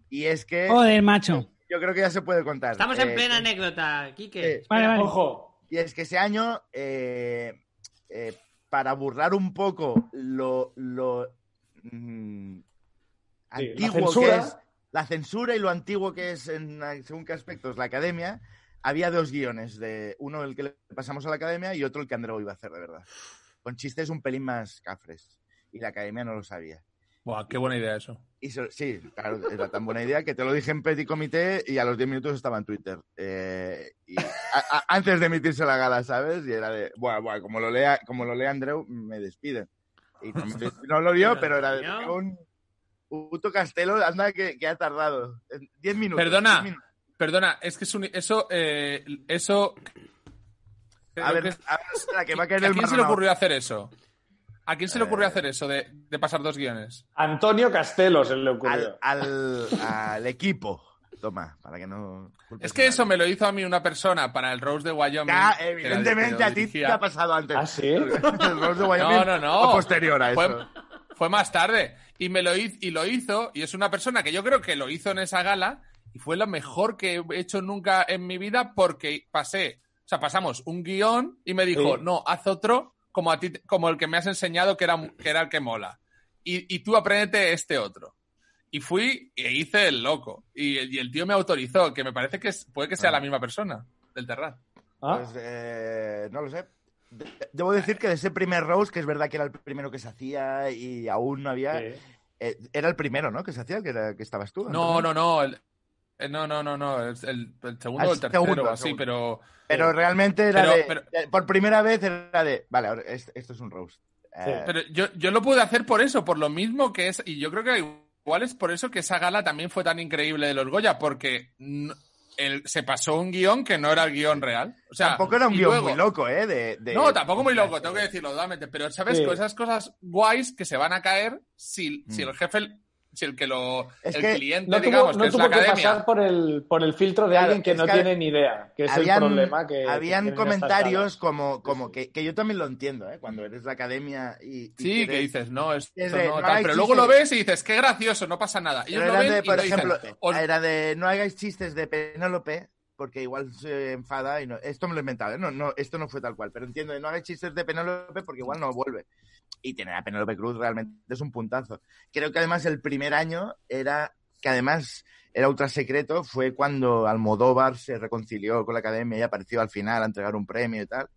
Y es que
Joder, macho.
yo creo que ya se puede contar.
Estamos
Eh,
en plena anécdota, Quique.
Sí.
Vale, vale.
Ojo.
Y es que ese año, eh, eh, para burlar un poco lo, lo, mm,
Sí, la
antiguo que
censura.
es la censura y lo antiguo que es en eh, según qué aspectos la academia, había dos guiones, de uno el que le pasamos a la academia y otro el que Andreu iba a hacer de verdad. Con chistes un pelín más cafres. Y la academia no lo sabía.
Buah, qué buena idea eso.
Y so- sí, claro, era tan buena idea que te lo dije en Petit Comité y a los 10 minutos estaba en Twitter. Eh, y a- a- antes de emitirse la gala, ¿sabes? Y era de, buah, buah, como lo lea, como lo lea Andreu, me despiden. Y no, me- no lo vio, pero era de
¿No?
un puto castelo, anda que, que ha tardado. Eh, 10 minutos.
Perdona.
10 minutos.
Perdona, es que es un, eso, eh, eso.
A ver,
creo que-
a ver, espera, que va a caer
¿a
el
quién se le
marrón ahora.
ocurrió hacer eso? ¿A quién se le ocurrió
Eh,
hacer eso de, de pasar dos guiones?
Antonio Castelo se le ocurrió.
al, al, al equipo. Toma, para que no.
Es que eso me lo hizo a mí una persona para el Rose de Wyoming.
Pues Ya,
que era- que lo
evidentemente a ti te
dirigía.
ha pasado antes.
¿Ah, sí?
El Rose de Wyoming Oh,
No,
pues
no, no.
fue posterior a eso.
Fue, fue más tarde. Y me lo, hiz- y lo hizo, y es una persona que yo creo que lo hizo en esa gala, y fue lo mejor que he hecho nunca en mi vida, porque pasé, o sea, pasamos un guión y me dijo,
Sí.
no, haz otro como a ti, te- como el que me has enseñado que era, que era el que mola. Y, y tú aprendete este otro. Y fui e hice el loco. Y, el- y el tío me autorizó, que me parece que es- puede que sea
Ah.
la misma persona del Terrat.
¿Ah?
Pues, eh, no lo sé. De- debo decir que de ese primer Rose, que es verdad que era el primero que se hacía y aún no había.
Sí.
eh, era el primero, ¿no? Que se hacía, el que, era- que estabas tú.
No, no,
Antonio.
no. el- eh, no, no, no, no. El, el- el segundo
Ah,
o el
el
tercero,
segundo, el
así,
segundo.
pero.
Pero realmente era
Pero-
de,
pero-
de- Por primera vez era de. Vale, ahora es- esto es un Rose. Eh,
Pero yo, yo lo pude hacer por eso, por lo mismo que es. Y yo creo que igual es por eso que esa gala también fue tan increíble de los Goya, porque n- el- se pasó un guión que no era el guión real. O sea,
tampoco era un
y
guión
luego-
muy loco, ¿eh? De, de-
No, tampoco muy loco, tengo que decirlo, totalmente. Pero, ¿sabes?
Sí.
Con esas cosas guays que se van a caer si, si
Mm.
el jefe, si el que lo.
Es
el
que
cliente,
No tuvo,
digamos,
no
que es la
tuvo que
academia.
pasar por el, por el filtro de
Claro,
alguien que
es
no
que
tiene ni idea, que es
habían,
el problema que... que
habían
tienen estas
comentarios
galas.
como, como
Sí.
que, que yo también lo entiendo, ¿eh? Cuando eres la academia y. y
Sí, que
quieres-
dices, no, esto
Es
no,
de, no
tal.
hagáis
Pero luego lo
chistes.
ves y dices, qué gracioso, no pasa nada. Ellos
Pero
lo
era
ven
de,
y
por
lo dicen,
ejemplo,
"Os-
era de no hagáis chistes de Penélope porque igual se enfada y no, esto me lo he inventado, ¿eh? no, no, esto no fue tal cual, pero entiendo de no hagáis chistes de Penélope porque igual no vuelve. Y tener a Penélope Cruz realmente es un puntazo. Creo que además el primer año era que además era ultra secreto, fue cuando Almodóvar se reconcilió con la academia y apareció al final a entregar un premio y tal.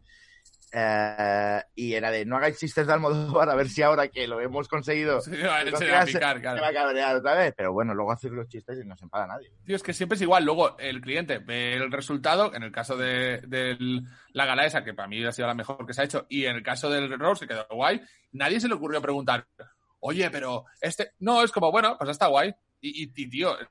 Eh, y era de no hagáis chistes de Almodóvar, a ver si ahora que lo hemos conseguido
Sí, va-
Lo
se
que
va a
hace-
picar, claro.
se va a cabrear otra vez, pero bueno, luego haces los chistes y no se enfada nadie.
Tío, es que siempre es igual. Luego el cliente ve el resultado, en el caso de, del- la gala esa, que para mí ha sido la mejor que se ha hecho, y en el caso del Rose, que quedó guay, nadie se le ocurrió preguntar, oye, pero este... No, es como, bueno, pues está guay. Y, y- y, tío, es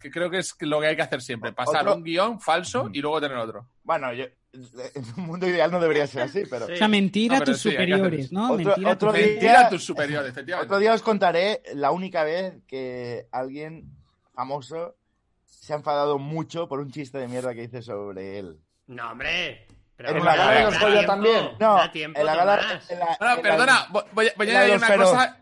que creo que es lo que hay que hacer siempre, pasar
Otro-
un guión falso
Mm.
y luego tener otro.
Bueno, yo, en un mundo ideal no debería ser así, pero...
Sí.
O sea, mentir
No,
a
pero
tus
sí, hay que hacer
superiores, ¿no?
Otro-
mentir a
otro
tus
día-
Mentira a tus superiores,
Otro
efectivamente.
día os contaré la única vez que alguien famoso se ha enfadado mucho por un chiste de mierda que hice sobre él.
No, hombre. Pero
En
bueno,
la gala de
da
los
tiempo,
Goya también.
No,
da tiempo,
en la gala-
Tomás.
en la-
Ahora,
en la-
perdona, vo- voy a, voy a
la de
añadir
los
una
feroz.
cosa.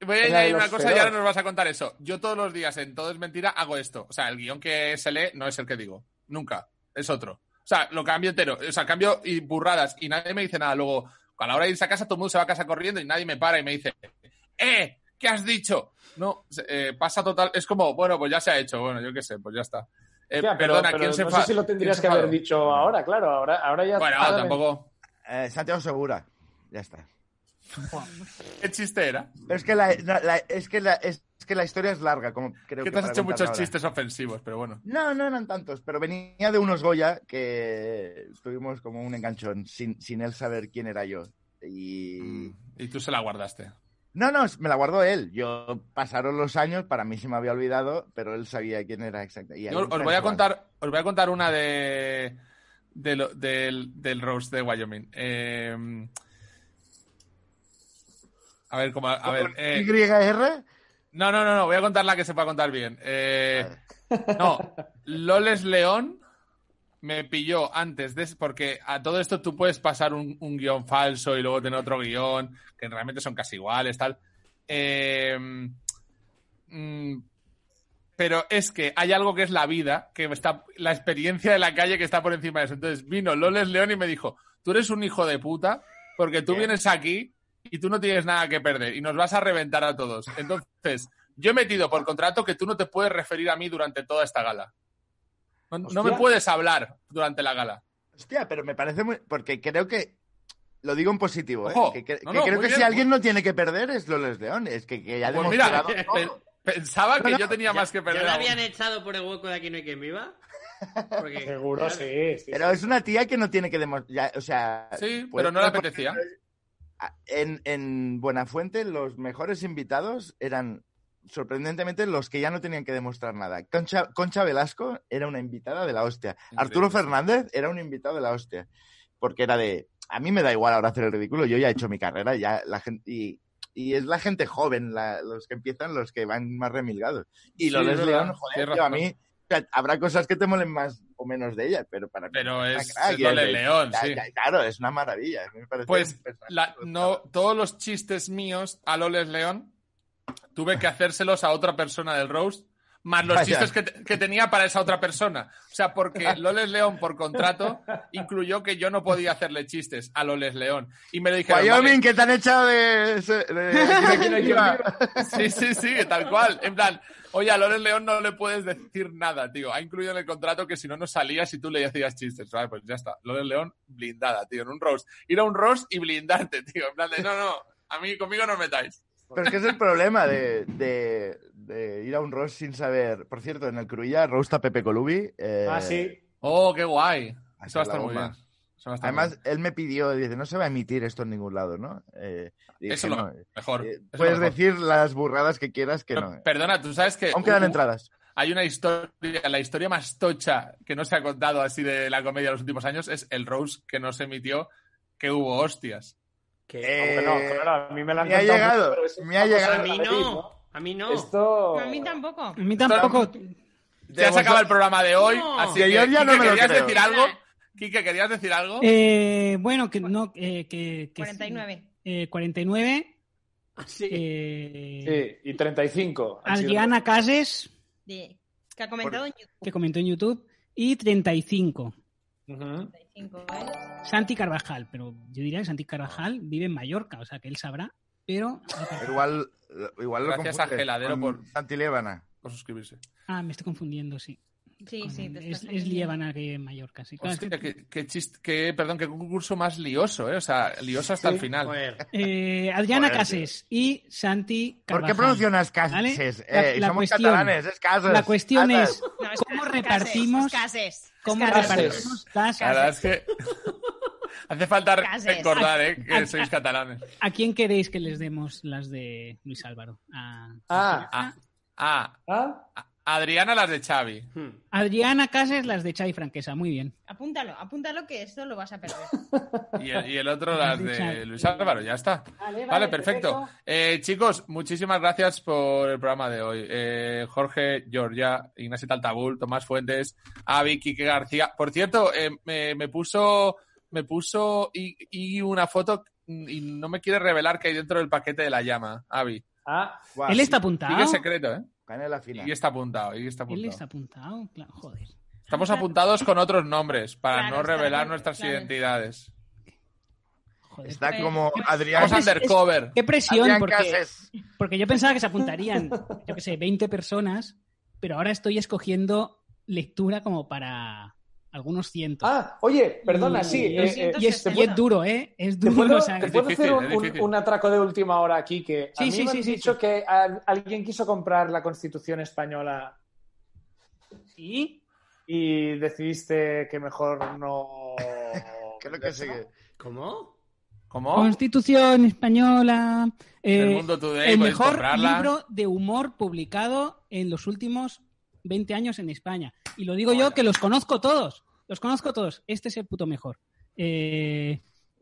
Voy a
La de
añadir
los
una cosa y
feroz.
ahora nos vas a contar eso. Yo todos los días en Todo es Mentira hago esto. O sea, el guión que se lee no es el que digo. Nunca. Es otro. O sea, lo cambio entero. O sea, cambio y burradas y nadie me dice nada. Luego, a la hora de irse a casa, todo el mundo se va a casa corriendo y nadie me para y me dice, ¡eh! ¿Qué has dicho? No, se- eh, pasa total. Es como, bueno, pues ya se ha hecho. Bueno, yo qué sé, pues ya está. Eh,
Ya, pero-
perdona,
pero
¿quién se
no
enfa-
sé si lo
quién
tendrías
se
que haber
enfadó?
dicho ahora, claro. Ahora, ahora ya.
Bueno,
ahora-
tampoco.
eh, Santiago Segura. Ya está.
¿Qué chiste era?
Pero es que la, la- la- es que la, es que la historia es larga, como creo que.
Que te has
para
hecho
contarla
muchos
ahora.
chistes ofensivos, pero bueno.
No, no eran tantos, pero venía de unos Goya que tuvimos como un enganchón sin, sin él saber quién era yo. Y.
Y tú se la guardaste.
No, no, me la guardó él. Yo pasaron los años, para mí se me había olvidado, pero él sabía quién era exactamente.
Yo os voy a contar, os voy a contar una de, de lo- del, del roast de Wyoming. Eh, a ver, como a, a ver. eh,
¿YR?
no, no, no, no. Voy a contar la que se pueda contar bien. Eh, no, Loles León me pilló antes de, porque a todo esto tú puedes pasar un, un guión falso y luego tener otro guión que realmente son casi iguales, tal. Eh, mm, pero es que hay algo que es la vida, que está la experiencia de la calle que está por encima de eso. Entonces vino Loles León y me dijo, tú eres un hijo de puta porque tú vienes aquí y tú no tienes nada que perder y nos vas a reventar a todos. Entonces, yo he metido por contrato que tú no te puedes referir a mí durante toda esta gala. No, no me
Hostia.
puedes hablar durante la gala.
Hostia, pero me parece muy. Porque creo que. Lo digo en positivo, ¿eh?
Ojo.
que cre-
No,
que
no,
creo
muy
que si
bien,
alguien no tiene que perder es Loles León. Es que, que ya ha
Pues mira,
demostrado todo.
pe- pensaba que
No, no,
yo tenía
Ya-
más que perder.
¿Ya la
aún.
habían echado por el hueco de aquí no hay quien viva? Porque-
Seguro,
claro,
sí. sí,
Pero eh, es una tía que no tiene que demostrar. O sea.
Sí,
puede-
pero no le apetecía.
En, en Buenafuente, los mejores invitados eran sorprendentemente los que ya no tenían que demostrar nada. Concha, Concha Velasco era una invitada de la hostia.
Increíble,
Arturo
sí.
Fernández era un invitado de la hostia. Porque era de. A mí me da igual ahora hacer el ridículo, yo ya he hecho mi carrera, ya la gente. Y, y es la gente joven, la- los que empiezan, los que van más remilgados. Y
Sí,
lo
es
les
verdad,
León,
tienes
joder, tío, a
razón.
mí. o sea, habrá cosas que te molen más o menos de ella, pero para mí.
Pero
una
es,
crack
es
y
Loles
de-
León,
Ah, ya-
sí.
ya, Claro, es una maravilla. a mí me parece
Pues,
un personaje
La- no, todos los chistes míos a Loles León tuve que hacérselos a otra persona del roast, más los
Vaya.
chistes que, te- que tenía para esa otra persona. O sea, porque Loles León, por contrato, incluyó que yo no podía hacerle chistes a Loles León. Y me lo dijeron.
Wyoming,
"Vale".
que te han echado de. ese- de-
Aquí no hay quien viva.
Sí, sí, sí, tal cual. En plan, oye, a Loles León no le puedes decir nada, tío. Ha incluido en el contrato que si no, no salías y tú le hacías chistes. Vale, pues ya está. Loles León, blindada, tío, en un roast. Ir a un roast y blindarte, tío. En plan de, no, no, a mí, conmigo no os metáis.
Pero es que es el problema de, de- de ir a un roast sin saber. Por cierto, en el Cruilla roast a Pepe Colubi. eh,
Ah, sí.
Oh, qué guay. Eso va a
la
estar muy
bomba.
bien. Eso va a estar muy
Además, él me pidió, dice, no se va a emitir esto en ningún lado, ¿no? Eh,
bien.
dije,
eso es lo
"No, eh,
mejor. eso es lo
puedes
mejor.
decir las burradas que quieras que
Pero,
no. eh".
Perdona, tú sabes que
Aún quedan
hubo-
entradas.
hay una historia, la historia más tocha que no se ha contado así de la comedia de los últimos años es el Rose que no se emitió, que hubo hostias.
que-
Eh, Aunque no, claro, a mí me la han
me ha
contado mucho,
llegado,
pero eso es
me ha
una cosa
a
de
llegado.
mí
la nariz,
no. A mí no.
Esto...
A mí tampoco.
A mí tampoco.
Ya se acaba el programa de hoy,
No.
así
Yo
que,
ya no
Quique,
me lo
¿querías
creo.
decir algo? Quique, ¿querías decir algo?
Eh, bueno, que no. eh, que, que-
49.
eh, 49.
Sí.
eh,
Sí, y 35. han sido.
Adriana Cases,
de- que ha comentado en YouTube.
que comentó en YouTube. Y 35.
Ujú.
35, ¿eh?
Santi Carvajal, pero yo diría que Santi Carvajal vive en Mallorca, o sea que él sabrá, pero...
Igual, igual lo
Gracias a
confundes
Geladero
con
por-
Santi Lévana.
Por suscribirse.
Ah, me estoy confundiendo, sí.
Sí,
Con-
sí. te
es,
estás
es Lievana que vive en Mallorca, sí. Claro, es
Hostia,
que-
qué, qué chist- qué- perdón, qué concurso más lioso, ¿eh? O sea, lioso hasta
Sí.
el final.
pues,
Joder.
Eh, Adriana
Joder,
Cases y Santi
¿Por
Carvajal.
qué pronuncias
¿Vale?
cases?
La-
Eh, y
la
somos
cuestión-
catalanes, es casas.
La cuestión
casas.
es
No, es
¿Cómo
cases,
repartimos?
es cases,
cómo
es cases.
repartimos las...
La verdad es que hace falta
Cases.
recordar, ¿eh? Que sois catalanes.
¿A quién queréis que les demos las de Luis Álvaro? A-
Ah,
Ah, ah,
ah,
a- Adriana, las de Xavi.
Hmm.
Adriana Cases, las de Chai Franquesa. Muy bien.
Apúntalo, apúntalo que esto lo vas a perder.
Y el, y el otro, las de Luis Álvaro, ya está.
Vale,
Vale, perfecto. Eh, chicos, muchísimas gracias por el programa de hoy. Eh, Jorge, Georgia, Ignacio Taltabul, Tomás Fuentes, Avi, Quique García. Por cierto, eh, me, me puso, me puso y, y una foto y no me quiere revelar qué hay dentro del paquete de la llama, Avi.
Ah,
Guau,
Él está
Y que
apuntado.
es secreto, ¿eh?
Canela fina.
Y está apuntado, y está
Él
apuntado.
está apuntado. Claro, joder.
Estamos apuntados con otros nombres para
Claro,
no
está
revelar
bien,
nuestras
claro.
identidades.
joder.
Está
Pues-
como Adrián,
Vamos
Es- es-
undercover.
Qué presión,
Adrián
porque,
Cases.
porque yo pensaba que se apuntarían, yo qué sé, 20 personas, pero ahora estoy escogiendo lectura como para algunos cientos.
ah, oye, perdona,
Y-
sí.
y
eh,
es-
eh,
Y es, y es duro, ¿eh? Es
¿Te
duro.
puedo,
o sea,
te
es
puedo
difícil,
hacer un,
es difícil.
un- un atraco de última hora aquí? Que a
Sí,
mí
sí,
me han
sí, sí,
dicho
sí.
que a- alguien quiso comprar la Constitución española
¿Sí?
y decidiste que mejor no.
Creo que sí.
¿Cómo?
¿Cómo?
Constitución española. eh,
el mundo today, podéis
el mejor
comprarla.
libro de humor publicado en los últimos 20 años en España. Y lo digo yo que los conozco todos. Los conozco todos. Este es el puto mejor. Eh,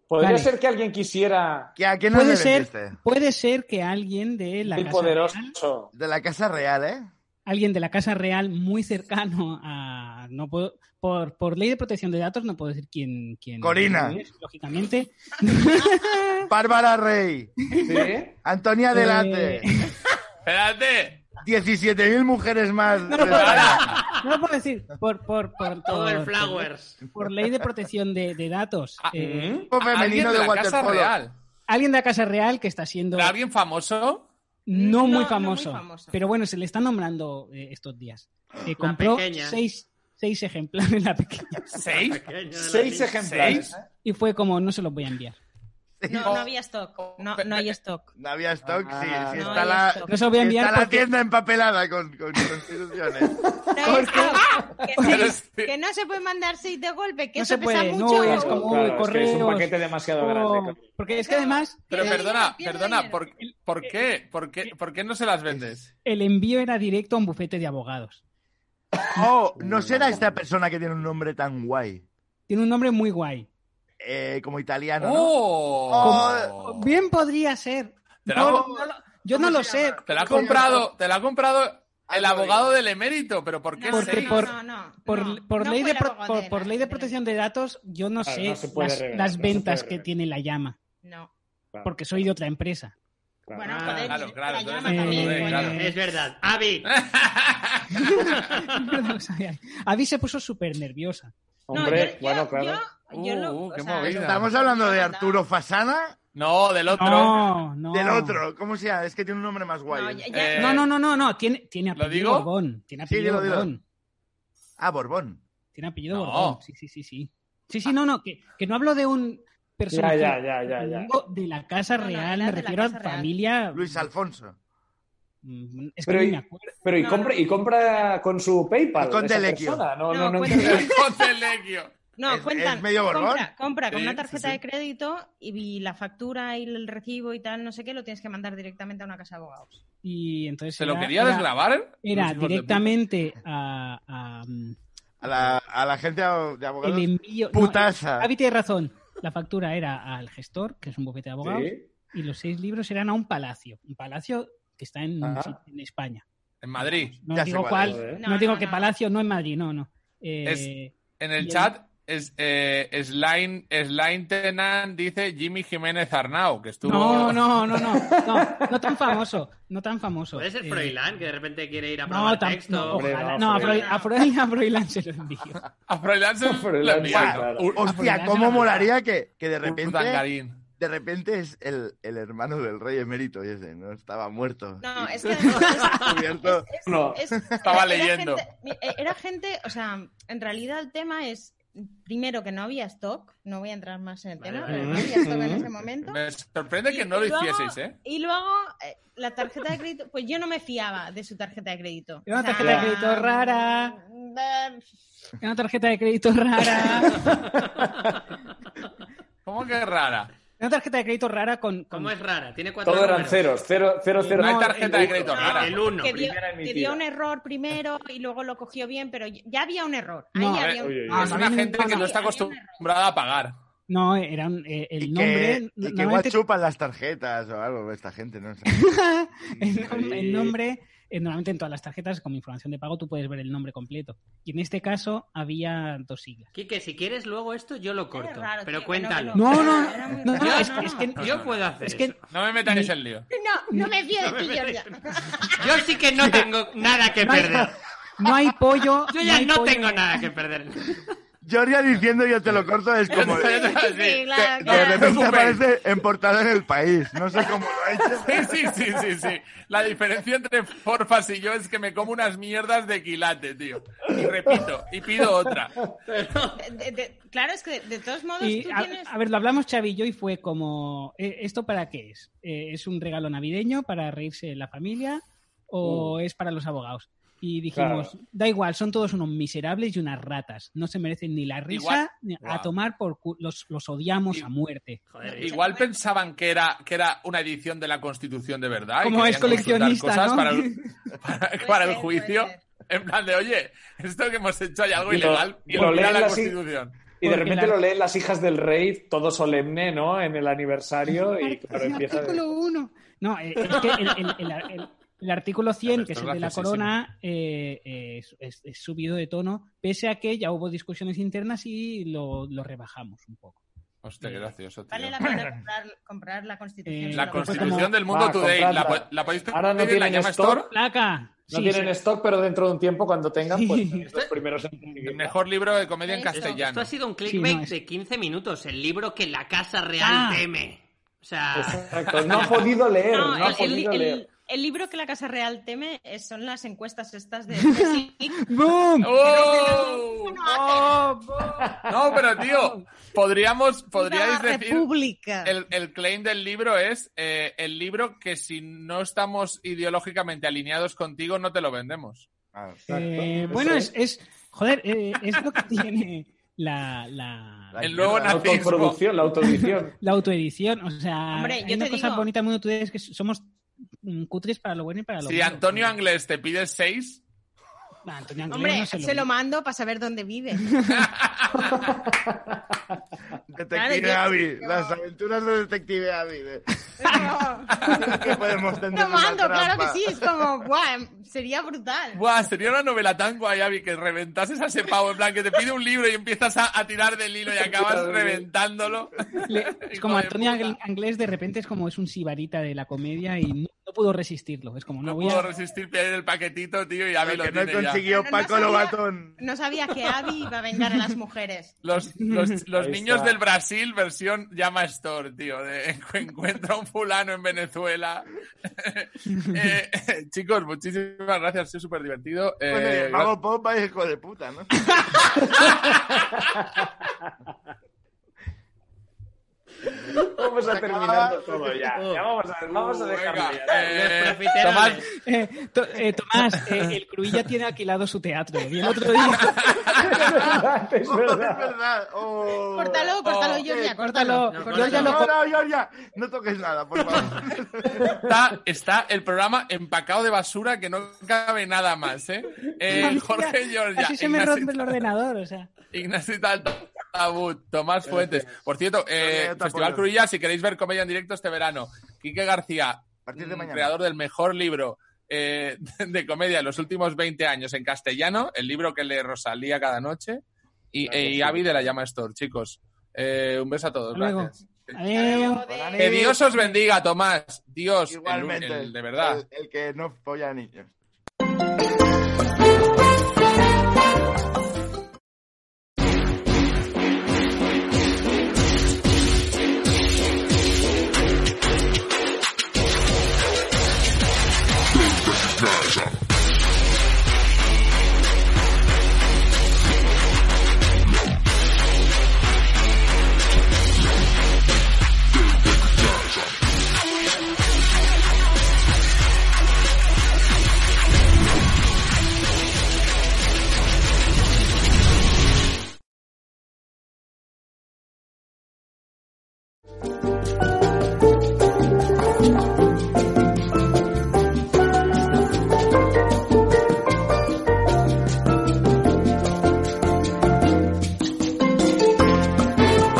Podría
Vale.
ser que alguien quisiera
¿Que ¿A quién no
puede,
le
ser,
vendiste?
puede ser que alguien de la
ser
Casa Real,
poderoso.
De la Casa Real, ¿eh?
alguien de la Casa Real muy cercano a no puedo- por, por ley de protección de datos no puedo decir quién quién
Corina.
es, lógicamente.
Bárbara Rey.
¿Sí?
Eh.
Antonia Delante.
Espérate.
17.000 mujeres más.
No lo puedo decir. No lo puedo decir por por por
Todo el
por-
Flowers.
por ley de protección de, de datos.
Ah,
Eh,
Mm.
Equipo femenino
¿Alguien
de
la Casa
waterpolo.
Real?
Alguien de la Casa Real que está siendo
¿Pero ¿Alguien famoso?
no,
No,
muy
no
famoso,
muy famoso.
pero bueno, se le está nombrando eh, estos días. Eh, compró
pequeña.
seis, seis ejemplares la pequeña
¿Seis?
Pequeño de la
Seis
lista.
ejemplares.
¿Seis?
¿eh?
y fue como, no se los voy a enviar.
No, no había stock. No, no hay stock.
No había stock, sí.
Ah,
sí
no
está
había
la,
stock.
No se los voy a
sí
enviar
está la
porque-
tienda empapelada con, con constituciones.
No hay stock. Que no-
Pero sí.
Que no se puede mandar seis de golpe, que
No
eso
se puede,
pesa
no,
mucho.
es como
Claro,
uy,
es que es un
correos,
paquete demasiado
oh,
grande. claro.
porque es que además
Pero
Pierde
perdona,
dinero, pierde
perdona,
dinero.
¿por, por qué? ¿Por qué? ¿Por qué no se las vendes?
el envío era directo a un bufete de abogados.
Oh, ¿no será esta persona que tiene un nombre tan guay?
Tiene un nombre muy guay.
Eh, como italiano, ¿no?
¡Oh!
Bien podría ser.
Te la,
No,
ha-
no lo- yo no lo sé.
te la ha comprado, te la ha comprado el
Ah, no,
abogado del emérito, pero ¿por qué
No,
Porque
seis?
no,
por-
no, no,
Por,
no,
por
no
ley
fue
de
el
pro-
abogado
por-
de
por
la- eh.
ley de
de la-
protección de datos, yo no
Claro,
sé
Ah, no se puede
las,
revelar,
las
no se puede
ventas que
revelar. Ah.
tiene la llama,
No.
Claro,
porque soy de otra empresa.
claro.
Bueno,
Ah,
joder,
claro,
la
claro,
llama
entonces
también,
no lo ve,
coño.
claro.
Es verdad. Avi,
Ah. No lo sabía. Avi se puso súper nerviosa.
No,
Hombre,
yo- yo-
bueno, claro.
yo- yo lo-
Uh,
o
qué
sea,
movida.
Estamos hablando de Arturo Fasana,
No, del otro.
No, no.
del otro. ¿Cómo se llama? Es que tiene un nombre más
No,
guay.
ya-
¿eh?
ya-
Eh,
No, no, no, no, no. Tiene, tiene
¿Lo
apellido
digo?
Borbón. Tiene
Sí,
apellido
dilo, dilo.
Borbón.
Ah, Borbón.
Tiene apellido
No.
Borbón. Sí, sí, sí, sí. Sí, sí, no, no. Que, que no hablo de un
Ya,
personaje.
ya, ya, ya, ya.
Digo de la Casa
No, no,
Real, me
era de la
refiero a
Casa Real.
familia.
Luis Alfonso.
Mm, Es que
Pero
ni
y-
me acuerdo.
Pero y
No,
compra,
no.
y compra con su PayPal.
Y con
esa
Telequio.
persona, No, no,
No,
no
con
entiendo.
Telequio.
Con Telequio.
No,
Es-
cuentan.
es medio borbón.
Compra, compra con
Sí,
una
sí,
tarjeta
sí.
de crédito y, y la factura y el recibo y tal, no sé qué, lo tienes que mandar directamente a una casa de abogados.
Y entonces.
¿Se lo
era-
quería
era-
desgrabar?
Era
Los hijos de
directamente a, a, mm,
A la, a la gente de abogados.
el envío. no,
Putasa.
Avi tiene razón. La factura era al gestor, que es un bufete de abogados.
Sí.
y los seis libros eran a un palacio, un palacio que está en,
Ajá.
en España.
puta. En Madrid.
No
Ya sé
digo
cuál
cuál,
es.
¿Eh?
no,
No,
digo
no,
que
no.
palacio, no en Madrid, no, no. Eh,
En
Y
el
el-
chat, es, eh, Slime, Slime Tenan dice Jimmy Jiménez Arnau, que estuvo.
No, no, no, no, no, no tan famoso, no tan famoso.
¿puede ser
Eh,
Froilán, que de repente quiere ir a probar
No, tam-
texto?
no,
Hombre,
ojalá.
no,
No, a
Froilán.
Froilán- a Froilán a Froilán se lo envío.
A Froilán se
A Froilán,
lo envió,
sí,
¿no?
claro.
Un-
Hostia,
Froilán
¿cómo
se lo-
molaría que, que de
un
repente
tangarín.
de repente es el, el hermano del rey emérito y ese, ¿no? Estaba muerto.
No,
Y
es que. es-
descubierto.
es-
No.
es-
Estaba leyendo.
Gente, mi- eh, era gente, o sea, en realidad el tema es. Primero, que no había stock, no voy a entrar más en el
Vale,
tema,
vale.
pero no había stock en
Ujú.
ese momento.
Me sorprende que
Y-
no lo
y luego-
hicieseis, ¿eh?
Y luego, eh, la tarjeta de crédito, pues yo no me fiaba de su tarjeta de crédito.
Era una
O sea,
tarjeta de crédito rara.
mm,
Una tarjeta de crédito rara.
¿Cómo que rara?
Una tarjeta de crédito rara con. con-
¿Cómo es rara? Tiene cuatro
Todo eran
números.
ceros, cero, cero, cero.
No hay
No,
tarjeta de
el-
crédito
no,
rara.
El uno.
que dio,
primera
que
emitida.
dio un error primero y luego lo cogió bien, pero ya había un error. Ahí
No,
A
había
ver,
un
oye,
Ah,
es
no,
una
no,
gente
no,
que
no.
no está acostumbrada a pagar.
No, era un- eh, el
Y
nombre.
que, y que igual
normalmente-
chupan las tarjetas o algo, pues, esta gente, no sé.
el, nom- el
Y-
nombre, eh, normalmente en todas las tarjetas, como información de pago, tú puedes ver el nombre completo. Y en este caso había dos siglas.
Quique, si quieres luego esto, yo lo
Era
corto.
raro,
pero
tío,
cuéntalo.
no, no.
era muy
No,
raro.
Yo,
es- es que-
yo puedo hacer
es que-
eso.
No me metáis en lío.
No, no me fío de ti,
me
Georgia.
Yo sí que no tengo nada que
No hay,
perder.
no hay pollo.
Yo ya
hay
no
pollo.
tengo nada que perder.
Georgia diciendo yo te lo corto es como...
Yo
De
te- sí.
Sí, claro,
Te-
claro.
repente
Super.
aparece en portada en el país. No sé cómo lo ha hecho.
Sí, sí, sí, sí, sí. La diferencia entre Forfas y yo es que me como unas mierdas de quilate, tío. Y repito, y pido otra.
De- de- claro, es que de, de todos modos
Y
tú
a,
tienes.
a ver, lo hablamos Xavi y yo y fue como, ¿eh, ¿esto para qué es? Eh, ¿Es un regalo navideño para reírse la familia o
Mm.
es para los abogados? Y dijimos, da igual, son todos unos miserables y unas ratas. No se merecen ni la risa
Igual-
ni a
Guau.
tomar por cu- los, los odiamos
Y-
a muerte.
Joder, y-
Igual pensaban que era, que era una edición de la Constitución de verdad. y
Como
querían
es coleccionista,
consultar
¿no?
Cosas para el, para, para
Puede ser,
el
puede
juicio.
ser.
En plan de, oye, esto que hemos hecho hay algo
Y lo-
ilegal. Y
lo
lo la
leen así.
Constitución.
Y de
Porque
repente
la-
lo leen las hijas del rey, todo solemne, ¿no? En el aniversario y claro,
el
empieza... de-
artículo 1. No, eh, es que el, el- el- el- el artículo 100,
Pero
que es
esto es
el de la
graciosísimo.
corona, eh, eh, es, es- es subido de tono, pese a que ya hubo discusiones internas y lo- lo rebajamos un poco.
Hostia, qué gracioso, tío.
Vale la pena comprar, comprar la constitución.
Eh,
La
Pero
Constitución
como-
del Mundo
Va,
Today. La,
compradla.
po- la podéis
Ahora no
pedir en la
tienen
Llama
stock.
Store.
Placa.
No
Sí,
tienen
sí.
stock, pero dentro de un tiempo, cuando tengan, pues
Sí.
serán los primeros en recibirla.
El mejor libro de comedia en
Eso.
esto,
castellano.
esto ha sido un clickbait
Sí, no, es-
de 15 minutos. El libro que la Casa Real
Ah.
teme. O
Pues,
sea,
Exacto, no ha podido leer, no,
No,
ha
el, el-
podido
el-
leer.
el libro que la Casa Real teme es- son las encuestas estas de... sí,
¡Boom!
¡Oh!
no hace
No, pero tío, podríamos, podríais
la
decir.
República.
El, el claim del libro es eh, el libro que si no estamos ideológicamente alineados contigo, no te lo vendemos.
Ah,
Eh,
Exacto,
bueno,
eso
es, es- Joder, eh, es lo que tiene la, la,
Ay,
El nuevo
mierda.
La
nazismo.
autoproducción, la autoedición.
la autoedición. O sea,
Hombre,
hay
yo
una
te
cosa
digo-
bonita muy tú es que somos mm, cutres para lo bueno y para lo
Si
malo.
Antonio Anglés te pide seis,
Ah, Antonio Anglés
Hombre,
no
se,
se
lo...
lo-
mando para saber dónde vive.
Detective
Claro, yo-
Abby,
yo-
las aventuras de Detective Abby. de-
Lo
que podemos tener una
mando, claro
trampa.
que sí. Es como, guau, em, sería brutal.
¡buah! Sería una novela tan guay, Abby, que reventases a ese pavo. En plan, que te pide un libro y empiezas a, a tirar del hilo y acabas reventándolo.
le- es
Hijo
como
de
Antonio
puta.
Ang- Anglés de repente es como es un sibarita de la comedia y no, no pudo resistirlo. Es como no,
No
voy a-
puedo resistir pedir el paquetito, tío, y Abby lo
Lo que no
tiene ya.
consiguió
No, no
Paco
sabía-
Lobatón.
No sabía que Abby iba a vengar a las mujeres.
Los, los, los
Ahí
niños
está.
del Brasil, versión llama store, tío. De, encuentra un fulano en Venezuela. Eh, eh, chicos, muchísimas gracias, ha sido súper divertido. Eh,
Bueno, y el
gra-
Mago Pop es hijo de puta, ¿no?
Vamos a terminar todo ya. Ya vamos a, vamos a dejarlo
Venga,
ya.
eh,
los profiteroles.
Tomás,
Eh, to- eh, Tomás, eh, el Cruilla tiene alquilado su teatro. Y el otro día...
Es verdad, es
Oh, es
verdad.
verdad. Oh.
Córtalo, córtalo, Georgia, córtalo.
Oh, córtalo.
córtalo.
Yo ya lo-
No, no, yo ya. No toques nada, por favor.
está, está el programa empacado de basura que no cabe nada más, ¿eh? Eh, Jorge Giorgia,
Así se me
Ignacio-
rompe el ordenador, o sea.
Ignacio Taltabut, Tomás Fuentes. Por cierto, eh,
Gracias,
Festival
Tapollo.
Cruilla, si queréis ver comedia en directo este verano, Quique García,
partir de
mm,
mañana.
creador del mejor libro eh, de comedia en los últimos 20 años en castellano, el libro que le Rosalía cada noche, y, eh,
Claro,
y
sí.
Avi de la Llama Store, chicos. Eh, un beso a todos,
Hasta luego.
gracias.
Adiós.
Dani,
Que Dios os bendiga, Tomás. Dios, el-
Igualmente.
el- de verdad.
El, el que no folla niños.